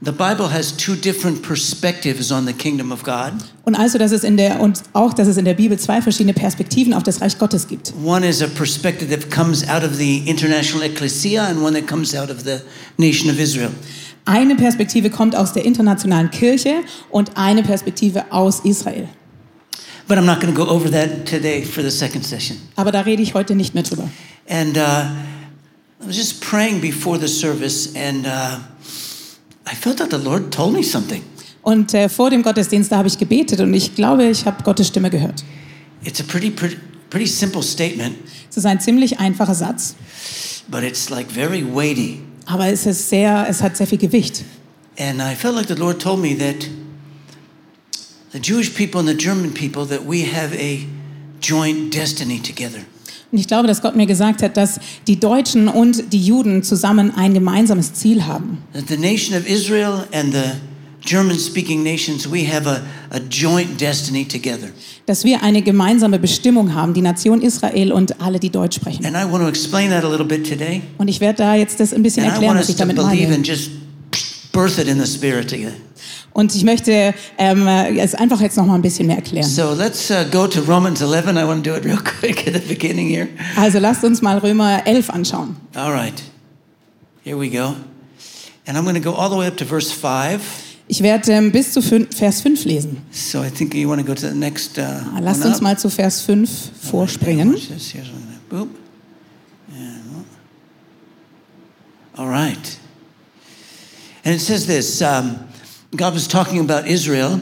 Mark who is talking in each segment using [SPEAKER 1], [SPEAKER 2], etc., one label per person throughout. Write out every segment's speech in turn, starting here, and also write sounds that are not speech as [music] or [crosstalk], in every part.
[SPEAKER 1] The Bible has two different perspectives on the kingdom of God.
[SPEAKER 2] Und also, dass es in der und auch, dass es in der Bibel zwei verschiedene Perspektiven auf das Reich Gottes gibt.
[SPEAKER 1] One is a perspective that comes out of the international ecclesia and one that comes out of the nation of Israel.
[SPEAKER 2] Eine Perspektive kommt aus der internationalen Kirche und eine Perspektive aus Israel.
[SPEAKER 1] But I'm not going to go over that today for the second session.
[SPEAKER 2] Aber da rede ich heute nicht mehr drüber.
[SPEAKER 1] And uh, I was just praying before the service, and uh, I felt that the Lord told me something.
[SPEAKER 2] Und äh, vor dem Gottesdienst, da habe ich gebetet und ich glaube, ich habe Gottes Stimme gehört.
[SPEAKER 1] It's a pretty, pretty, pretty simple statement,
[SPEAKER 2] Es ist ein ziemlich einfacher Satz,
[SPEAKER 1] but it's like very weighty.
[SPEAKER 2] aber es ist sehr, es hat sehr viel Gewicht.
[SPEAKER 1] And I felt like the Lord told me that the Jewish people and the German people, that we have a joint destiny together.
[SPEAKER 2] Und ich glaube, dass Gott mir gesagt hat, dass die Deutschen und die Juden zusammen ein gemeinsames Ziel haben.
[SPEAKER 1] That the nation of Israel and the German speaking nations, we have a, a joint destiny together.
[SPEAKER 2] Dass wir eine gemeinsame Bestimmung haben, die Nation Israel und alle, die Deutsch sprechen.
[SPEAKER 1] And I want to explain that a little bit today.
[SPEAKER 2] Und ich werde da jetzt das ein bisschen
[SPEAKER 1] And I
[SPEAKER 2] erklären,
[SPEAKER 1] want
[SPEAKER 2] was
[SPEAKER 1] us
[SPEAKER 2] ich
[SPEAKER 1] to
[SPEAKER 2] damit
[SPEAKER 1] believe
[SPEAKER 2] meine.
[SPEAKER 1] and just birth it in the spirit together.
[SPEAKER 2] Und ich möchte ähm, äh, es einfach jetzt noch mal ein bisschen mehr erklären.
[SPEAKER 1] So let's uh, go to Romans 11. I want to do it real [laughs] quick at the beginning here.
[SPEAKER 2] Also lasst uns mal Römer 11 anschauen.
[SPEAKER 1] All right. Here we go. And I'm going to go all the way up to verse 5.
[SPEAKER 2] Ich werde ähm, bis zu fün- Vers 5 lesen.
[SPEAKER 1] So I think you want to go to the next. Uh,
[SPEAKER 2] Ah, Lasst
[SPEAKER 1] one
[SPEAKER 2] uns
[SPEAKER 1] up.
[SPEAKER 2] mal zu Vers 5 vorspringen.
[SPEAKER 1] Watch this. Here's one. Boop. And- All right. And it says this um, God was talking about Israel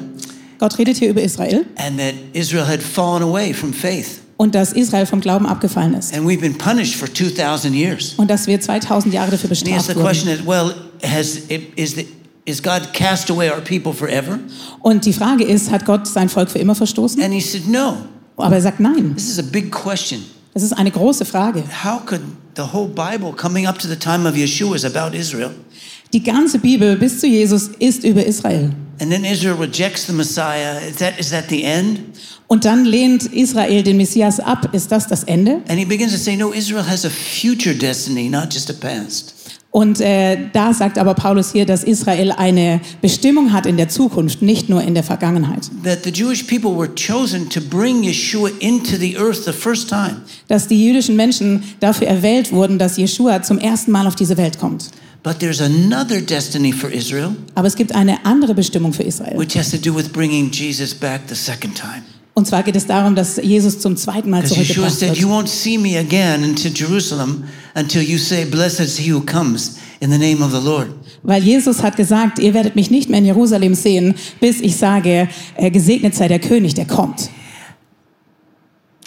[SPEAKER 2] Gott redet hier über Israel
[SPEAKER 1] and that Israel had fallen away from faith.
[SPEAKER 2] und dass Israel vom Glauben abgefallen ist
[SPEAKER 1] And we've been punished for 2,000 years.
[SPEAKER 2] und dass wir 2000 Jahre dafür
[SPEAKER 1] And he asked
[SPEAKER 2] bestraft
[SPEAKER 1] the
[SPEAKER 2] wurden.
[SPEAKER 1] question that, well, has, is, the, is God cast away our people forever?
[SPEAKER 2] Und die Frage ist, hat Gott sein Volk für immer verstoßen?
[SPEAKER 1] And he said, no.
[SPEAKER 2] Aber er sagt nein.
[SPEAKER 1] This is a big question.
[SPEAKER 2] Das ist eine große Frage.
[SPEAKER 1] How could the whole Bible coming up to the time of Yeshua is about Israel?
[SPEAKER 2] Die ganze Bibel bis zu Jesus ist über Israel.
[SPEAKER 1] And then Israel rejects the Messiah. Is that, is that the end?
[SPEAKER 2] Und dann lehnt Israel den Messias ab. Ist das das Ende?
[SPEAKER 1] And he begins to say, no, Israel has a future destiny, not just a past.
[SPEAKER 2] Und äh, da sagt aber Paulus hier, dass Israel eine Bestimmung hat in der Zukunft, nicht nur in der Vergangenheit.
[SPEAKER 1] That the Jewish people were chosen to bring Yeshua into the earth the first time.
[SPEAKER 2] dass die jüdischen Menschen dafür erwählt wurden, dass Jesua zum ersten Mal auf diese Welt kommt.
[SPEAKER 1] But there's another destiny for Israel,
[SPEAKER 2] Aber es gibt eine andere Bestimmung für Israel.
[SPEAKER 1] which has to do with bringing Jesus back the second time.
[SPEAKER 2] Und zwar geht es darum, dass Jesus zum zweiten Mal
[SPEAKER 1] Because Yeshua
[SPEAKER 2] zurückgebracht
[SPEAKER 1] said, You
[SPEAKER 2] wird.
[SPEAKER 1] won't see me again into Jerusalem until you say, Blessed is he who comes in the name of the Lord.
[SPEAKER 2] Weil Jesus hat gesagt, ihr werdet mich nicht mehr in Jerusalem sehen, bis ich sage, äh, gesegnet sei der König, der kommt.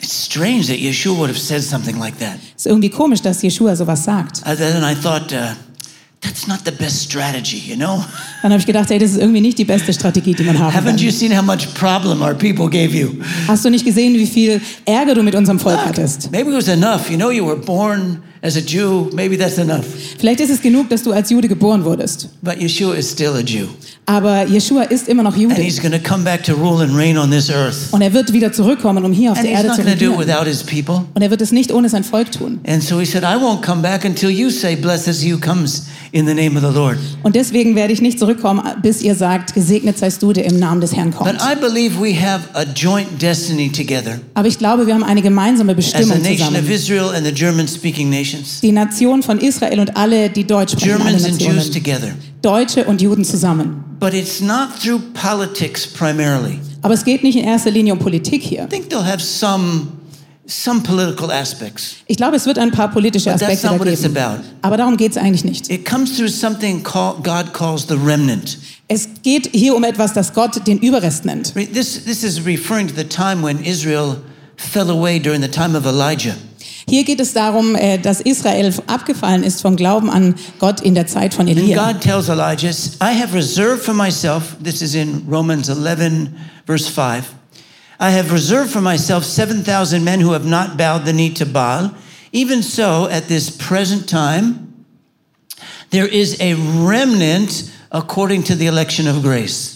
[SPEAKER 1] It's strange that Yeshua would have said something like that.
[SPEAKER 2] Ist irgendwie komisch, dass Jesua sowas sagt.
[SPEAKER 1] And then I thought, uh, That's not the best strategy, you know? [laughs]
[SPEAKER 2] Dann habe ich gedacht, ey, das ist irgendwie nicht die beste Strategie, die man haben
[SPEAKER 1] Haven't you
[SPEAKER 2] kann.
[SPEAKER 1] seen how much problem our people gave you?
[SPEAKER 2] Hast du nicht gesehen, wie viel Ärger du mit unserem Volk hattest?
[SPEAKER 1] Maybe it was enough. You know, you were born as a Jew. Maybe that's enough.
[SPEAKER 2] Vielleicht ist es genug, dass du als Jude geboren wurdest.
[SPEAKER 1] But Yeshua is still a Jew.
[SPEAKER 2] Aber Jesua ist immer noch
[SPEAKER 1] And
[SPEAKER 2] Jude.
[SPEAKER 1] he's going to come back to rule and reign on this earth.
[SPEAKER 2] Und er wird wieder zurückkommen, um hier auf
[SPEAKER 1] And
[SPEAKER 2] der
[SPEAKER 1] he's
[SPEAKER 2] Erde
[SPEAKER 1] not
[SPEAKER 2] zu
[SPEAKER 1] going to do it
[SPEAKER 2] regieren.
[SPEAKER 1] without his people.
[SPEAKER 2] Und er wird es nicht ohne sein Volk tun.
[SPEAKER 1] And so he said, I won't come back until you say, Blessed is he who comes in the name of the Lord.
[SPEAKER 2] Und deswegen werde ich nicht zurückkommen, bis ihr sagt, gesegnet seist du, der im Namen des Herrn kommt.
[SPEAKER 1] But I believe we have a joint destiny together
[SPEAKER 2] Aber ich glaube, wir haben eine gemeinsame
[SPEAKER 1] as the
[SPEAKER 2] Bestimmung
[SPEAKER 1] nation of
[SPEAKER 2] zusammen.
[SPEAKER 1] Israel and the German speaking nations,
[SPEAKER 2] Die Nation von Israel und alle, die Deutsch sprechen, alle
[SPEAKER 1] Germans and Jews
[SPEAKER 2] Nationen.
[SPEAKER 1] together.
[SPEAKER 2] Deutsche und Juden zusammen.
[SPEAKER 1] But it's not through politics primarily.
[SPEAKER 2] Aber es geht nicht in erster Linie um Politik hier.
[SPEAKER 1] I think they'll have some, some political aspects.
[SPEAKER 2] Ich glaube, es wird ein paar politische
[SPEAKER 1] But that's
[SPEAKER 2] Aspekte
[SPEAKER 1] not
[SPEAKER 2] da
[SPEAKER 1] what it's
[SPEAKER 2] geben.
[SPEAKER 1] about.
[SPEAKER 2] Aber darum geht es eigentlich nicht.
[SPEAKER 1] It comes through something called, God calls the remnant.
[SPEAKER 2] Es geht hier um etwas, das Gott den Überrest nennt.
[SPEAKER 1] Re- This, this is referring to the time when Israel fell away during the time of Elijah.
[SPEAKER 2] Hier geht es darum, äh, dass Israel abgefallen ist vom Glauben an Gott in der Zeit von
[SPEAKER 1] And
[SPEAKER 2] Elia.
[SPEAKER 1] God tells Elijah, I have reserved for myself, this is in Romans 11, verse 5. I have reserved for myself 7,000 men who have not bowed the knee to Baal. Even so, at this present time, there is a remnant according to the election of grace.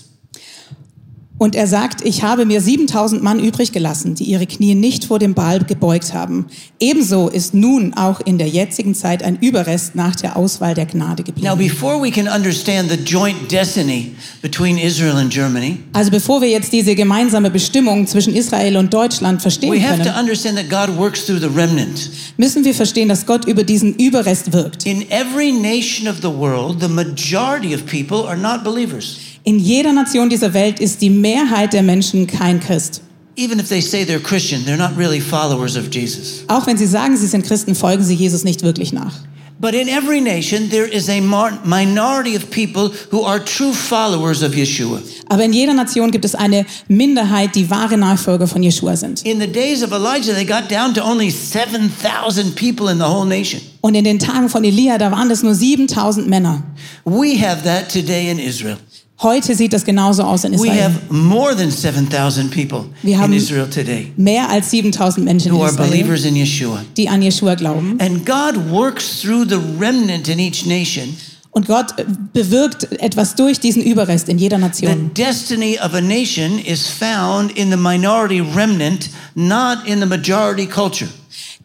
[SPEAKER 2] Und er sagt, ich habe mir 7000 Mann übrig gelassen, die ihre Knie nicht vor dem Baal gebeugt haben. Ebenso ist nun auch in der jetzigen Zeit ein Überrest nach der Auswahl der Gnade
[SPEAKER 1] Now,
[SPEAKER 2] geblieben.
[SPEAKER 1] before we can understand the joint destiny between Israel and Germany,
[SPEAKER 2] Also bevor wir jetzt diese gemeinsame Bestimmung zwischen Israel und Deutschland
[SPEAKER 1] we
[SPEAKER 2] verstehen
[SPEAKER 1] have to
[SPEAKER 2] können,
[SPEAKER 1] understand that God works through the remnant.
[SPEAKER 2] müssen wir verstehen, dass Gott über diesen Überrest wirkt.
[SPEAKER 1] In every nation of the world, the majority of people are not believers,
[SPEAKER 2] In jeder Nation dieser Welt ist die Mehrheit der Menschen kein Christ.
[SPEAKER 1] even if they say they're Christian. They're not really followers of Jesus.
[SPEAKER 2] Auch wenn sie sagen, sie sind Christen, folgen sie Jesus nicht wirklich nach.
[SPEAKER 1] But in every nation, there is a mar- minority of people who are true followers of Yeshua.
[SPEAKER 2] Aber in jeder Nation gibt es eine Minderheit, die wahre Nachfolger von Jeschua sind.
[SPEAKER 1] In the days of Elijah, they got down to only 7,000 people in the whole nation.
[SPEAKER 2] Und in den Tagen von Elia, da waren es nur 7000 Männer.
[SPEAKER 1] We have that today in Israel.
[SPEAKER 2] Heute sieht das genauso aus in
[SPEAKER 1] We
[SPEAKER 2] Israel.
[SPEAKER 1] have more than 7,000 people
[SPEAKER 2] Wir
[SPEAKER 1] in
[SPEAKER 2] haben-
[SPEAKER 1] Israel today
[SPEAKER 2] Mehr als 7000 Menschen in
[SPEAKER 1] who are
[SPEAKER 2] Israel,
[SPEAKER 1] believers in Yeshua.
[SPEAKER 2] die an Jeschua glauben.
[SPEAKER 1] And God works through the remnant in each nation.
[SPEAKER 2] Und Gott äh, bewirkt etwas durch diesen Überrest in jeder
[SPEAKER 1] The
[SPEAKER 2] Nation.
[SPEAKER 1] destiny of a nation is found in the minority remnant, not in the majority culture.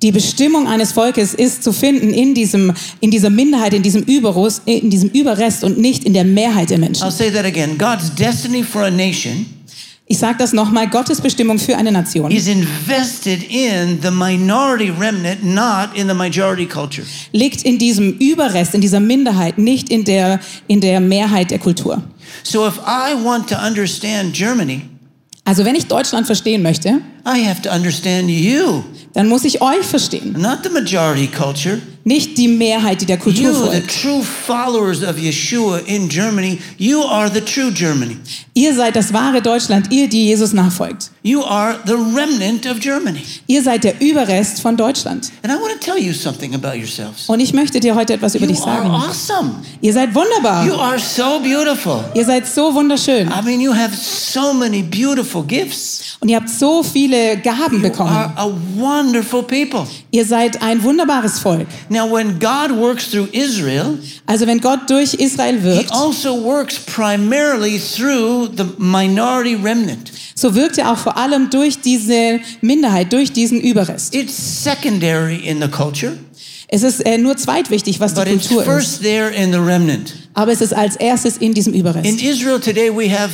[SPEAKER 2] Die Bestimmung eines Volkes ist zu finden in, diesem, in dieser Minderheit, in diesem, Überrus, äh, in diesem Überrest und nicht in der Mehrheit der
[SPEAKER 1] I'll
[SPEAKER 2] Menschen.
[SPEAKER 1] say that again. God's destiny for a nation
[SPEAKER 2] Ich sage das nochmal, Gottes Bestimmung für eine Nation
[SPEAKER 1] is invested in the minority remnant, not in the majority culture.
[SPEAKER 2] liegt in diesem Überrest, in dieser Minderheit, nicht in der, in der Mehrheit der Kultur.
[SPEAKER 1] So if I want to understand Germany,
[SPEAKER 2] Also wenn ich Deutschland verstehen möchte,
[SPEAKER 1] I have to understand you,
[SPEAKER 2] dann muss ich euch verstehen.
[SPEAKER 1] not the majority culture.
[SPEAKER 2] Nicht die Mehrheit, die der Kultur
[SPEAKER 1] You, the
[SPEAKER 2] folgt.
[SPEAKER 1] true followers of Yeshua in Germany, you are the true Germany.
[SPEAKER 2] Ihr seid das wahre Deutschland, ihr, die Jesus nachfolgt.
[SPEAKER 1] You are the remnant of Germany.
[SPEAKER 2] Ihr seid der Überrest von Deutschland.
[SPEAKER 1] And I want to tell you something about yourselves.
[SPEAKER 2] Und ich möchte dir heute etwas über
[SPEAKER 1] You
[SPEAKER 2] dich
[SPEAKER 1] are
[SPEAKER 2] sagen.
[SPEAKER 1] awesome.
[SPEAKER 2] Ihr seid
[SPEAKER 1] You
[SPEAKER 2] wunderbar.
[SPEAKER 1] are so beautiful.
[SPEAKER 2] Ihr seid so wunderschön.
[SPEAKER 1] I mean, you have so many beautiful gifts.
[SPEAKER 2] Und ihr habt so viele Gaben
[SPEAKER 1] You are
[SPEAKER 2] bekommen.
[SPEAKER 1] a wonderful people.
[SPEAKER 2] Ihr seid ein wunderbares Volk.
[SPEAKER 1] Now, when God works through Israel,
[SPEAKER 2] Also wenn Gott durch Israel
[SPEAKER 1] He
[SPEAKER 2] wirkt,
[SPEAKER 1] also works primarily through the minority remnant.
[SPEAKER 2] so wirkt er auch vor allem durch diese Minderheit, durch diesen Überrest.
[SPEAKER 1] It's secondary in the culture,
[SPEAKER 2] Es ist äh, nur zweitwichtig, was die
[SPEAKER 1] but it's
[SPEAKER 2] Kultur ist.
[SPEAKER 1] first there in the remnant.
[SPEAKER 2] Aber es ist als erstes in diesem
[SPEAKER 1] In
[SPEAKER 2] Überrest.
[SPEAKER 1] Israel today, we have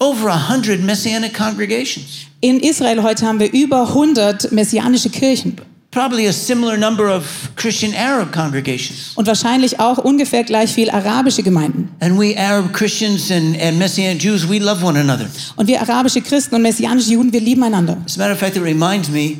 [SPEAKER 1] over a hundred messianic congregations,
[SPEAKER 2] In Israel heute haben wir über 100 messianische Kirchen
[SPEAKER 1] probably a similar number of Christian Arab congregations.
[SPEAKER 2] und wahrscheinlich auch ungefähr gleich viel arabische Gemeinden.
[SPEAKER 1] And we Arab Christians and, and Messianic Jews, we love one another.
[SPEAKER 2] Und wir arabische Christen und messianische Juden, wir lieben einander.
[SPEAKER 1] As a matter of fact, it reminds me,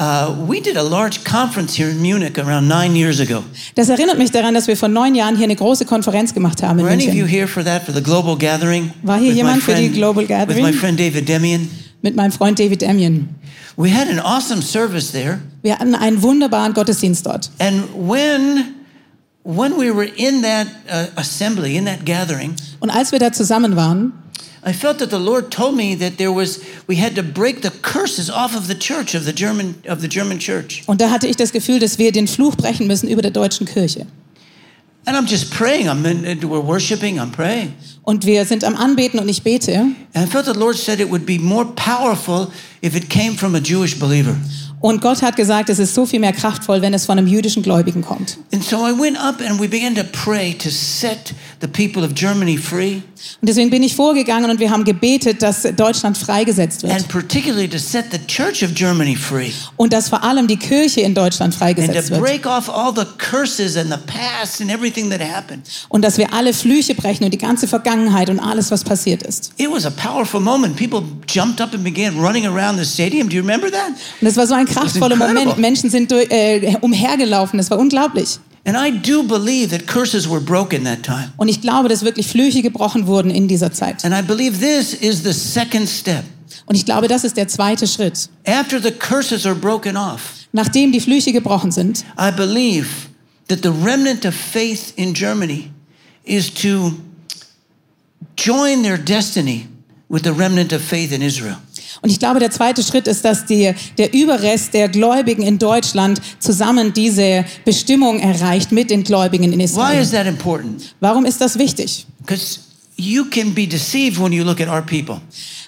[SPEAKER 1] uh, we did a large conference here in Munich around nine years ago.
[SPEAKER 2] Das erinnert mich daran, dass wir vor neun Jahren hier eine große Konferenz gemacht haben in
[SPEAKER 1] Were any of you
[SPEAKER 2] München.
[SPEAKER 1] here for that, for the global gathering?
[SPEAKER 2] War hier
[SPEAKER 1] With my
[SPEAKER 2] jemand für die Global
[SPEAKER 1] With
[SPEAKER 2] Gathering?
[SPEAKER 1] my friend David Demian.
[SPEAKER 2] mit meinem Freund David Emion.
[SPEAKER 1] We had an awesome service there.
[SPEAKER 2] Wir hatten einen wunderbaren Gottesdienst dort.
[SPEAKER 1] And when, when we were in that uh, assembly, in that gathering,
[SPEAKER 2] Und als wir da zusammen waren,
[SPEAKER 1] I felt that the Lord told me that there was, we had to break the curses off of the church, of the German, of the German church.
[SPEAKER 2] und da hatte ich das Gefühl, dass wir den Fluch brechen müssen über der deutschen Kirche.
[SPEAKER 1] And I'm just praying. I'm in, we're worshiping. I'm praying.
[SPEAKER 2] Und wir sind am Anbeten und ich bete.
[SPEAKER 1] And I felt the Lord said it would be more powerful if it came from a Jewish believer.
[SPEAKER 2] Und Gott hat gesagt, es ist so viel mehr kraftvoll, wenn es von einem jüdischen Gläubigen kommt.
[SPEAKER 1] And so I went up and we began to pray to set the people of Germany free
[SPEAKER 2] Und deswegen bin ich vorgegangen und wir haben gebetet, dass Deutschland freigesetzt wird.
[SPEAKER 1] and particularly to set the church of Germany free
[SPEAKER 2] Und dass vor allem die Kirche in Deutschland
[SPEAKER 1] and to
[SPEAKER 2] freigesetzt wird.
[SPEAKER 1] break off all the curses and the past and everything that happened.
[SPEAKER 2] Und dass wir alle Flüche brechen und die ganze Vergangenheit und alles, was passiert ist.
[SPEAKER 1] It was a powerful moment. People jumped up and began running around the stadium. Do you remember that?
[SPEAKER 2] Und es war so ein kraftvoller
[SPEAKER 1] incredible.
[SPEAKER 2] Moment. Menschen sind durch, äh, umhergelaufen. Das war unglaublich.
[SPEAKER 1] And I do believe that curses were broken that time.
[SPEAKER 2] Und ich glaube, dass wirklich Flüche gebrochen wurden in dieser Zeit.
[SPEAKER 1] And I believe this is the second step.
[SPEAKER 2] Und ich glaube, das ist der zweite Schritt.
[SPEAKER 1] After the curses are broken off,
[SPEAKER 2] Nachdem die Flüche gebrochen sind,
[SPEAKER 1] I believe that the remnant of faith in Germany is to join their destiny with the remnant of faith in Israel.
[SPEAKER 2] Und ich glaube, der zweite Schritt ist, dass die, der Überrest der Gläubigen in Deutschland zusammen diese Bestimmung erreicht mit den Gläubigen in
[SPEAKER 1] Why
[SPEAKER 2] Israel.
[SPEAKER 1] is that important?
[SPEAKER 2] Warum ist das wichtig?
[SPEAKER 1] Because you can be deceived when you look at our people.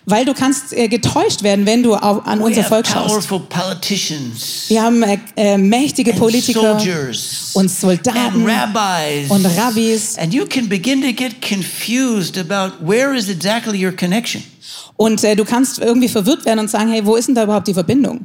[SPEAKER 2] weil du kannst äh, getäuscht werden, wenn du au- an
[SPEAKER 1] We
[SPEAKER 2] unser
[SPEAKER 1] have
[SPEAKER 2] Volk schaust.
[SPEAKER 1] powerful politicians,
[SPEAKER 2] Wir haben äh, äh, mächtige Politiker
[SPEAKER 1] soldiers,
[SPEAKER 2] und
[SPEAKER 1] and
[SPEAKER 2] Soldaten
[SPEAKER 1] rabbis.
[SPEAKER 2] und Rabbis
[SPEAKER 1] And you can begin to get confused about where is exactly your connection.
[SPEAKER 2] und äh, du kannst irgendwie verwirrt werden und sagen, hey, wo ist denn da überhaupt die Verbindung?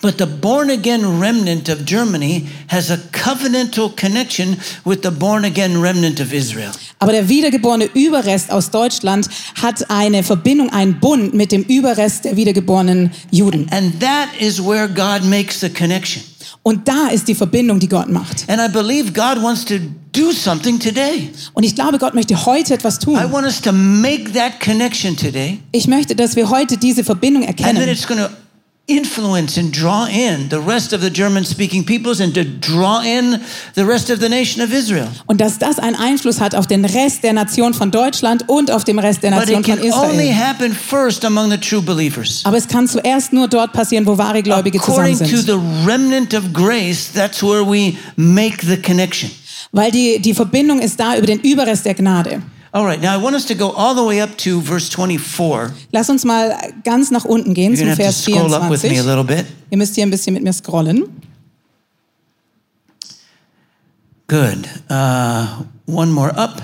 [SPEAKER 1] But the born again remnant of Germany has a covenantal connection with the born again remnant of Israel.
[SPEAKER 2] Aber der wiedergeborene Überrest aus Deutschland hat eine Verbindung, einen Bund mit dem Überrest der wiedergeborenen Juden.
[SPEAKER 1] And that is where God makes the connection.
[SPEAKER 2] Und da ist die Verbindung, die Gott macht.
[SPEAKER 1] And I believe God wants to do something today.
[SPEAKER 2] Und ich glaube, Gott möchte heute etwas
[SPEAKER 1] I
[SPEAKER 2] tun.
[SPEAKER 1] want us to make that connection today,
[SPEAKER 2] Ich möchte, dass wir heute diese Verbindung
[SPEAKER 1] and then
[SPEAKER 2] erkennen.
[SPEAKER 1] it's going to influence and draw in the rest of the German speaking peoples and to draw in the rest of the nation of Israel.
[SPEAKER 2] Und dass das einen Einfluss hat auf den Rest der Nation von Deutschland und auf den Rest der
[SPEAKER 1] But it
[SPEAKER 2] Nation von
[SPEAKER 1] can only
[SPEAKER 2] Israel.
[SPEAKER 1] happen first among the true believers.
[SPEAKER 2] Aber es kann zuerst nur dort passieren, wo wahre Gläubige zusammen
[SPEAKER 1] According to
[SPEAKER 2] sind.
[SPEAKER 1] the remnant of grace, that's where we make the connection.
[SPEAKER 2] Weil die, die Verbindung ist da über den Überrest der Gnade.
[SPEAKER 1] All right, now I want us to go all the way up to verse 24.
[SPEAKER 2] Lass uns mal ganz nach unten gehen
[SPEAKER 1] You're
[SPEAKER 2] zum
[SPEAKER 1] going to have to
[SPEAKER 2] Vers
[SPEAKER 1] scroll up with me a
[SPEAKER 2] 24.
[SPEAKER 1] little bit.
[SPEAKER 2] Ihr müsst hier ein bisschen mit mir scrollen.
[SPEAKER 1] Good. Uh, one more up.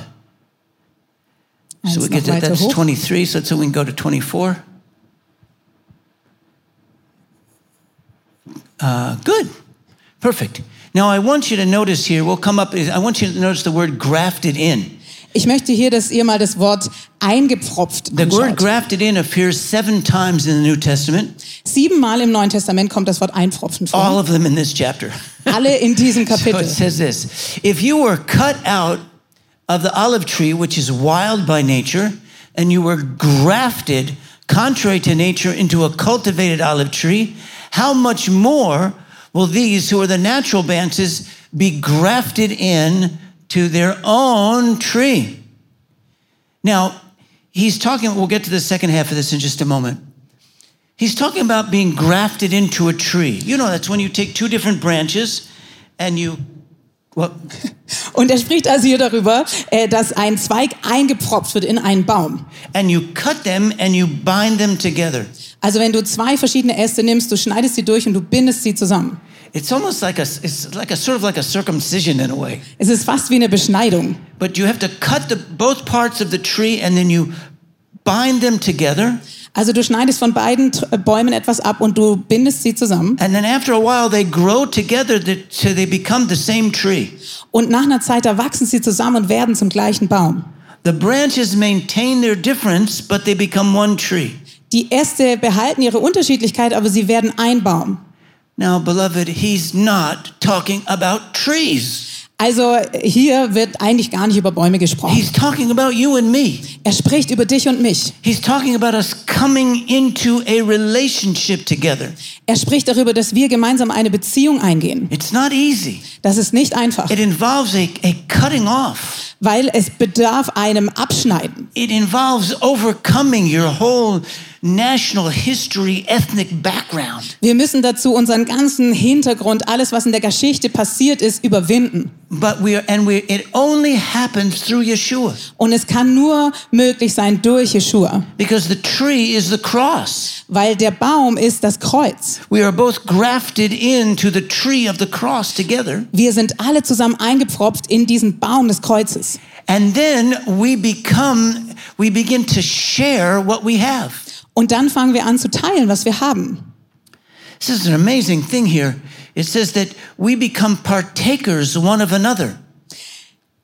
[SPEAKER 2] Eins
[SPEAKER 1] So we
[SPEAKER 2] noch
[SPEAKER 1] get that.
[SPEAKER 2] weiter
[SPEAKER 1] That's
[SPEAKER 2] hoch.
[SPEAKER 1] 23. So that's so we can go to 24. Uh, good. Perfect. Now I want you to notice here, we'll come up, I want you to notice the word grafted in.
[SPEAKER 2] Ich möchte hier, dass ihr mal das Wort eingepfropft
[SPEAKER 1] The word
[SPEAKER 2] anschaut.
[SPEAKER 1] grafted in appears seven times in the New Testament,
[SPEAKER 2] Siebenmal im Neuen Testament kommt das Wort einpfropfen
[SPEAKER 1] all
[SPEAKER 2] vor.
[SPEAKER 1] of them in this chapter.
[SPEAKER 2] [laughs] Alle in diesem
[SPEAKER 1] So it
[SPEAKER 2] Kapitel.
[SPEAKER 1] says this If you were cut out of the olive tree, which is wild by nature, and you were grafted contrary to nature into a cultivated olive tree, how much more will these who are the natural branches be grafted in to their own tree? Now, he's talking, we'll get to the second half of this in just a moment. He's talking about being grafted into a tree. You know, that's when you take two different branches and you, well,
[SPEAKER 2] Und er spricht also hier darüber, äh, dass ein Zweig eingepfropft wird in einen Baum.
[SPEAKER 1] and you cut them and you bind them together.
[SPEAKER 2] Also wenn du zwei verschiedene Äste nimmst, du schneidest sie durch und du bindest sie zusammen.
[SPEAKER 1] It's almost like a, it's like a sort of like a circumcision in a way.
[SPEAKER 2] Es ist fast wie eine Beschneidung.
[SPEAKER 1] But you have to cut the, both parts of the tree and then you bind them together.
[SPEAKER 2] Also du schneidest von beiden T- äh, Bäumen etwas ab und du bindest sie zusammen.
[SPEAKER 1] And then after a while, they grow together that- so they become the same tree.
[SPEAKER 2] Und nach einer Zeit, da wachsen sie zusammen und werden zum gleichen Baum.
[SPEAKER 1] The branches maintain their difference, but they become one tree.
[SPEAKER 2] Die Äste behalten ihre Unterschiedlichkeit, aber sie werden ein Baum.
[SPEAKER 1] Now, beloved, he's not talking about trees.
[SPEAKER 2] Also hier wird eigentlich gar nicht über Bäume gesprochen.
[SPEAKER 1] He's talking about you and me.
[SPEAKER 2] Er spricht über dich und mich.
[SPEAKER 1] He's talking about us coming into a relationship together.
[SPEAKER 2] Er spricht darüber, dass wir gemeinsam eine Beziehung eingehen.
[SPEAKER 1] It's not easy.
[SPEAKER 2] Das ist nicht einfach,
[SPEAKER 1] It involves a, a cutting off.
[SPEAKER 2] weil es bedarf einem Abschneiden.
[SPEAKER 1] It involves overcoming your whole national history, ethnic background.
[SPEAKER 2] Wir müssen dazu unseren ganzen Hintergrund, alles, was in der Geschichte passiert ist, überwinden.
[SPEAKER 1] But we are, and we, it only happens through Yeshua
[SPEAKER 2] Und es kann nur möglich sein durch Jesua,
[SPEAKER 1] because the tree is the cross.
[SPEAKER 2] weil der Baum ist das Kreuz.
[SPEAKER 1] We are both grafted into the tree of the cross together.
[SPEAKER 2] Wir sind alle zusammen eingepfropft in diesen Baum des Kreuzes.
[SPEAKER 1] And then we become, we begin to share what we have.
[SPEAKER 2] Und dann fangen wir an zu teilen, was wir haben.
[SPEAKER 1] This is an amazing thing here. It says that we become partakers one of another.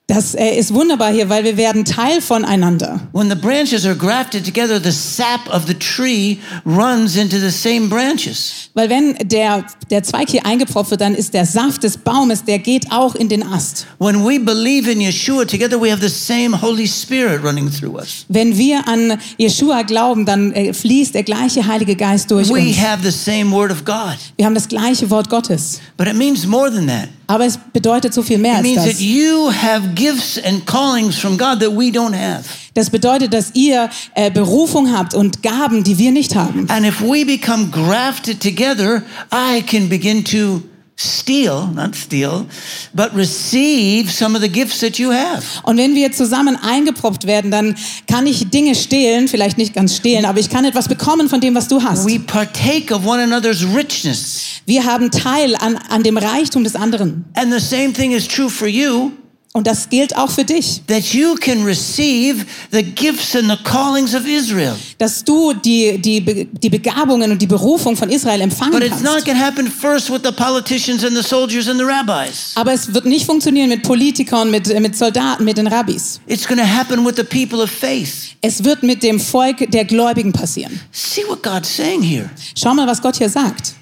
[SPEAKER 2] Das äh, ist wunderbar hier, weil wir werden Teil voneinander.
[SPEAKER 1] When the branches are grafted together, the sap of the tree runs into the same branches.
[SPEAKER 2] Weil wenn der, der Zweig hier eingepfropft wird, dann ist der Saft des Baumes, der geht auch in den Ast.
[SPEAKER 1] When we believe in Yeshua together, we have the same Holy Spirit running through us.
[SPEAKER 2] Wenn wir an Jesua glauben, dann äh, fließt der gleiche Heilige Geist durch
[SPEAKER 1] We
[SPEAKER 2] uns.
[SPEAKER 1] have the same Word of God.
[SPEAKER 2] Wir haben das gleiche Wort Gottes.
[SPEAKER 1] But it means more than that.
[SPEAKER 2] Aber es bedeutet so viel mehr
[SPEAKER 1] It
[SPEAKER 2] als
[SPEAKER 1] means
[SPEAKER 2] das.
[SPEAKER 1] that you have gifts and callings from God that we don't have.
[SPEAKER 2] Das bedeutet, dass ihr äh, Berufung habt und Gaben, die wir nicht haben.
[SPEAKER 1] And if we become grafted together, I can begin to steal, not steal, but receive some of the gifts that you have.
[SPEAKER 2] Und wenn wir zusammen eingepropft werden, dann kann ich Dinge stehlen, vielleicht nicht ganz stehlen, aber ich kann etwas bekommen von dem, was du hast.
[SPEAKER 1] We partake of one another's richness.
[SPEAKER 2] Wir haben Teil an, an dem Reichtum des anderen.
[SPEAKER 1] And the same thing is true for you
[SPEAKER 2] Und das gilt auch für dich,
[SPEAKER 1] that you can receive the gifts and the callings of Israel.
[SPEAKER 2] dass du die, die, Be- die Begabungen und die Berufung von Israel empfangen
[SPEAKER 1] But it's not
[SPEAKER 2] kannst.
[SPEAKER 1] going to happen first with the politicians and the soldiers and the rabbis.
[SPEAKER 2] Aber es wird nicht funktionieren mit Politikern, mit, mit Soldaten, mit den Rabbis.
[SPEAKER 1] It's going to happen with the people of faith.
[SPEAKER 2] Es wird mit dem Volk der Gläubigen passieren.
[SPEAKER 1] See what God's saying here.
[SPEAKER 2] Schau mal, was Gott hier sagt.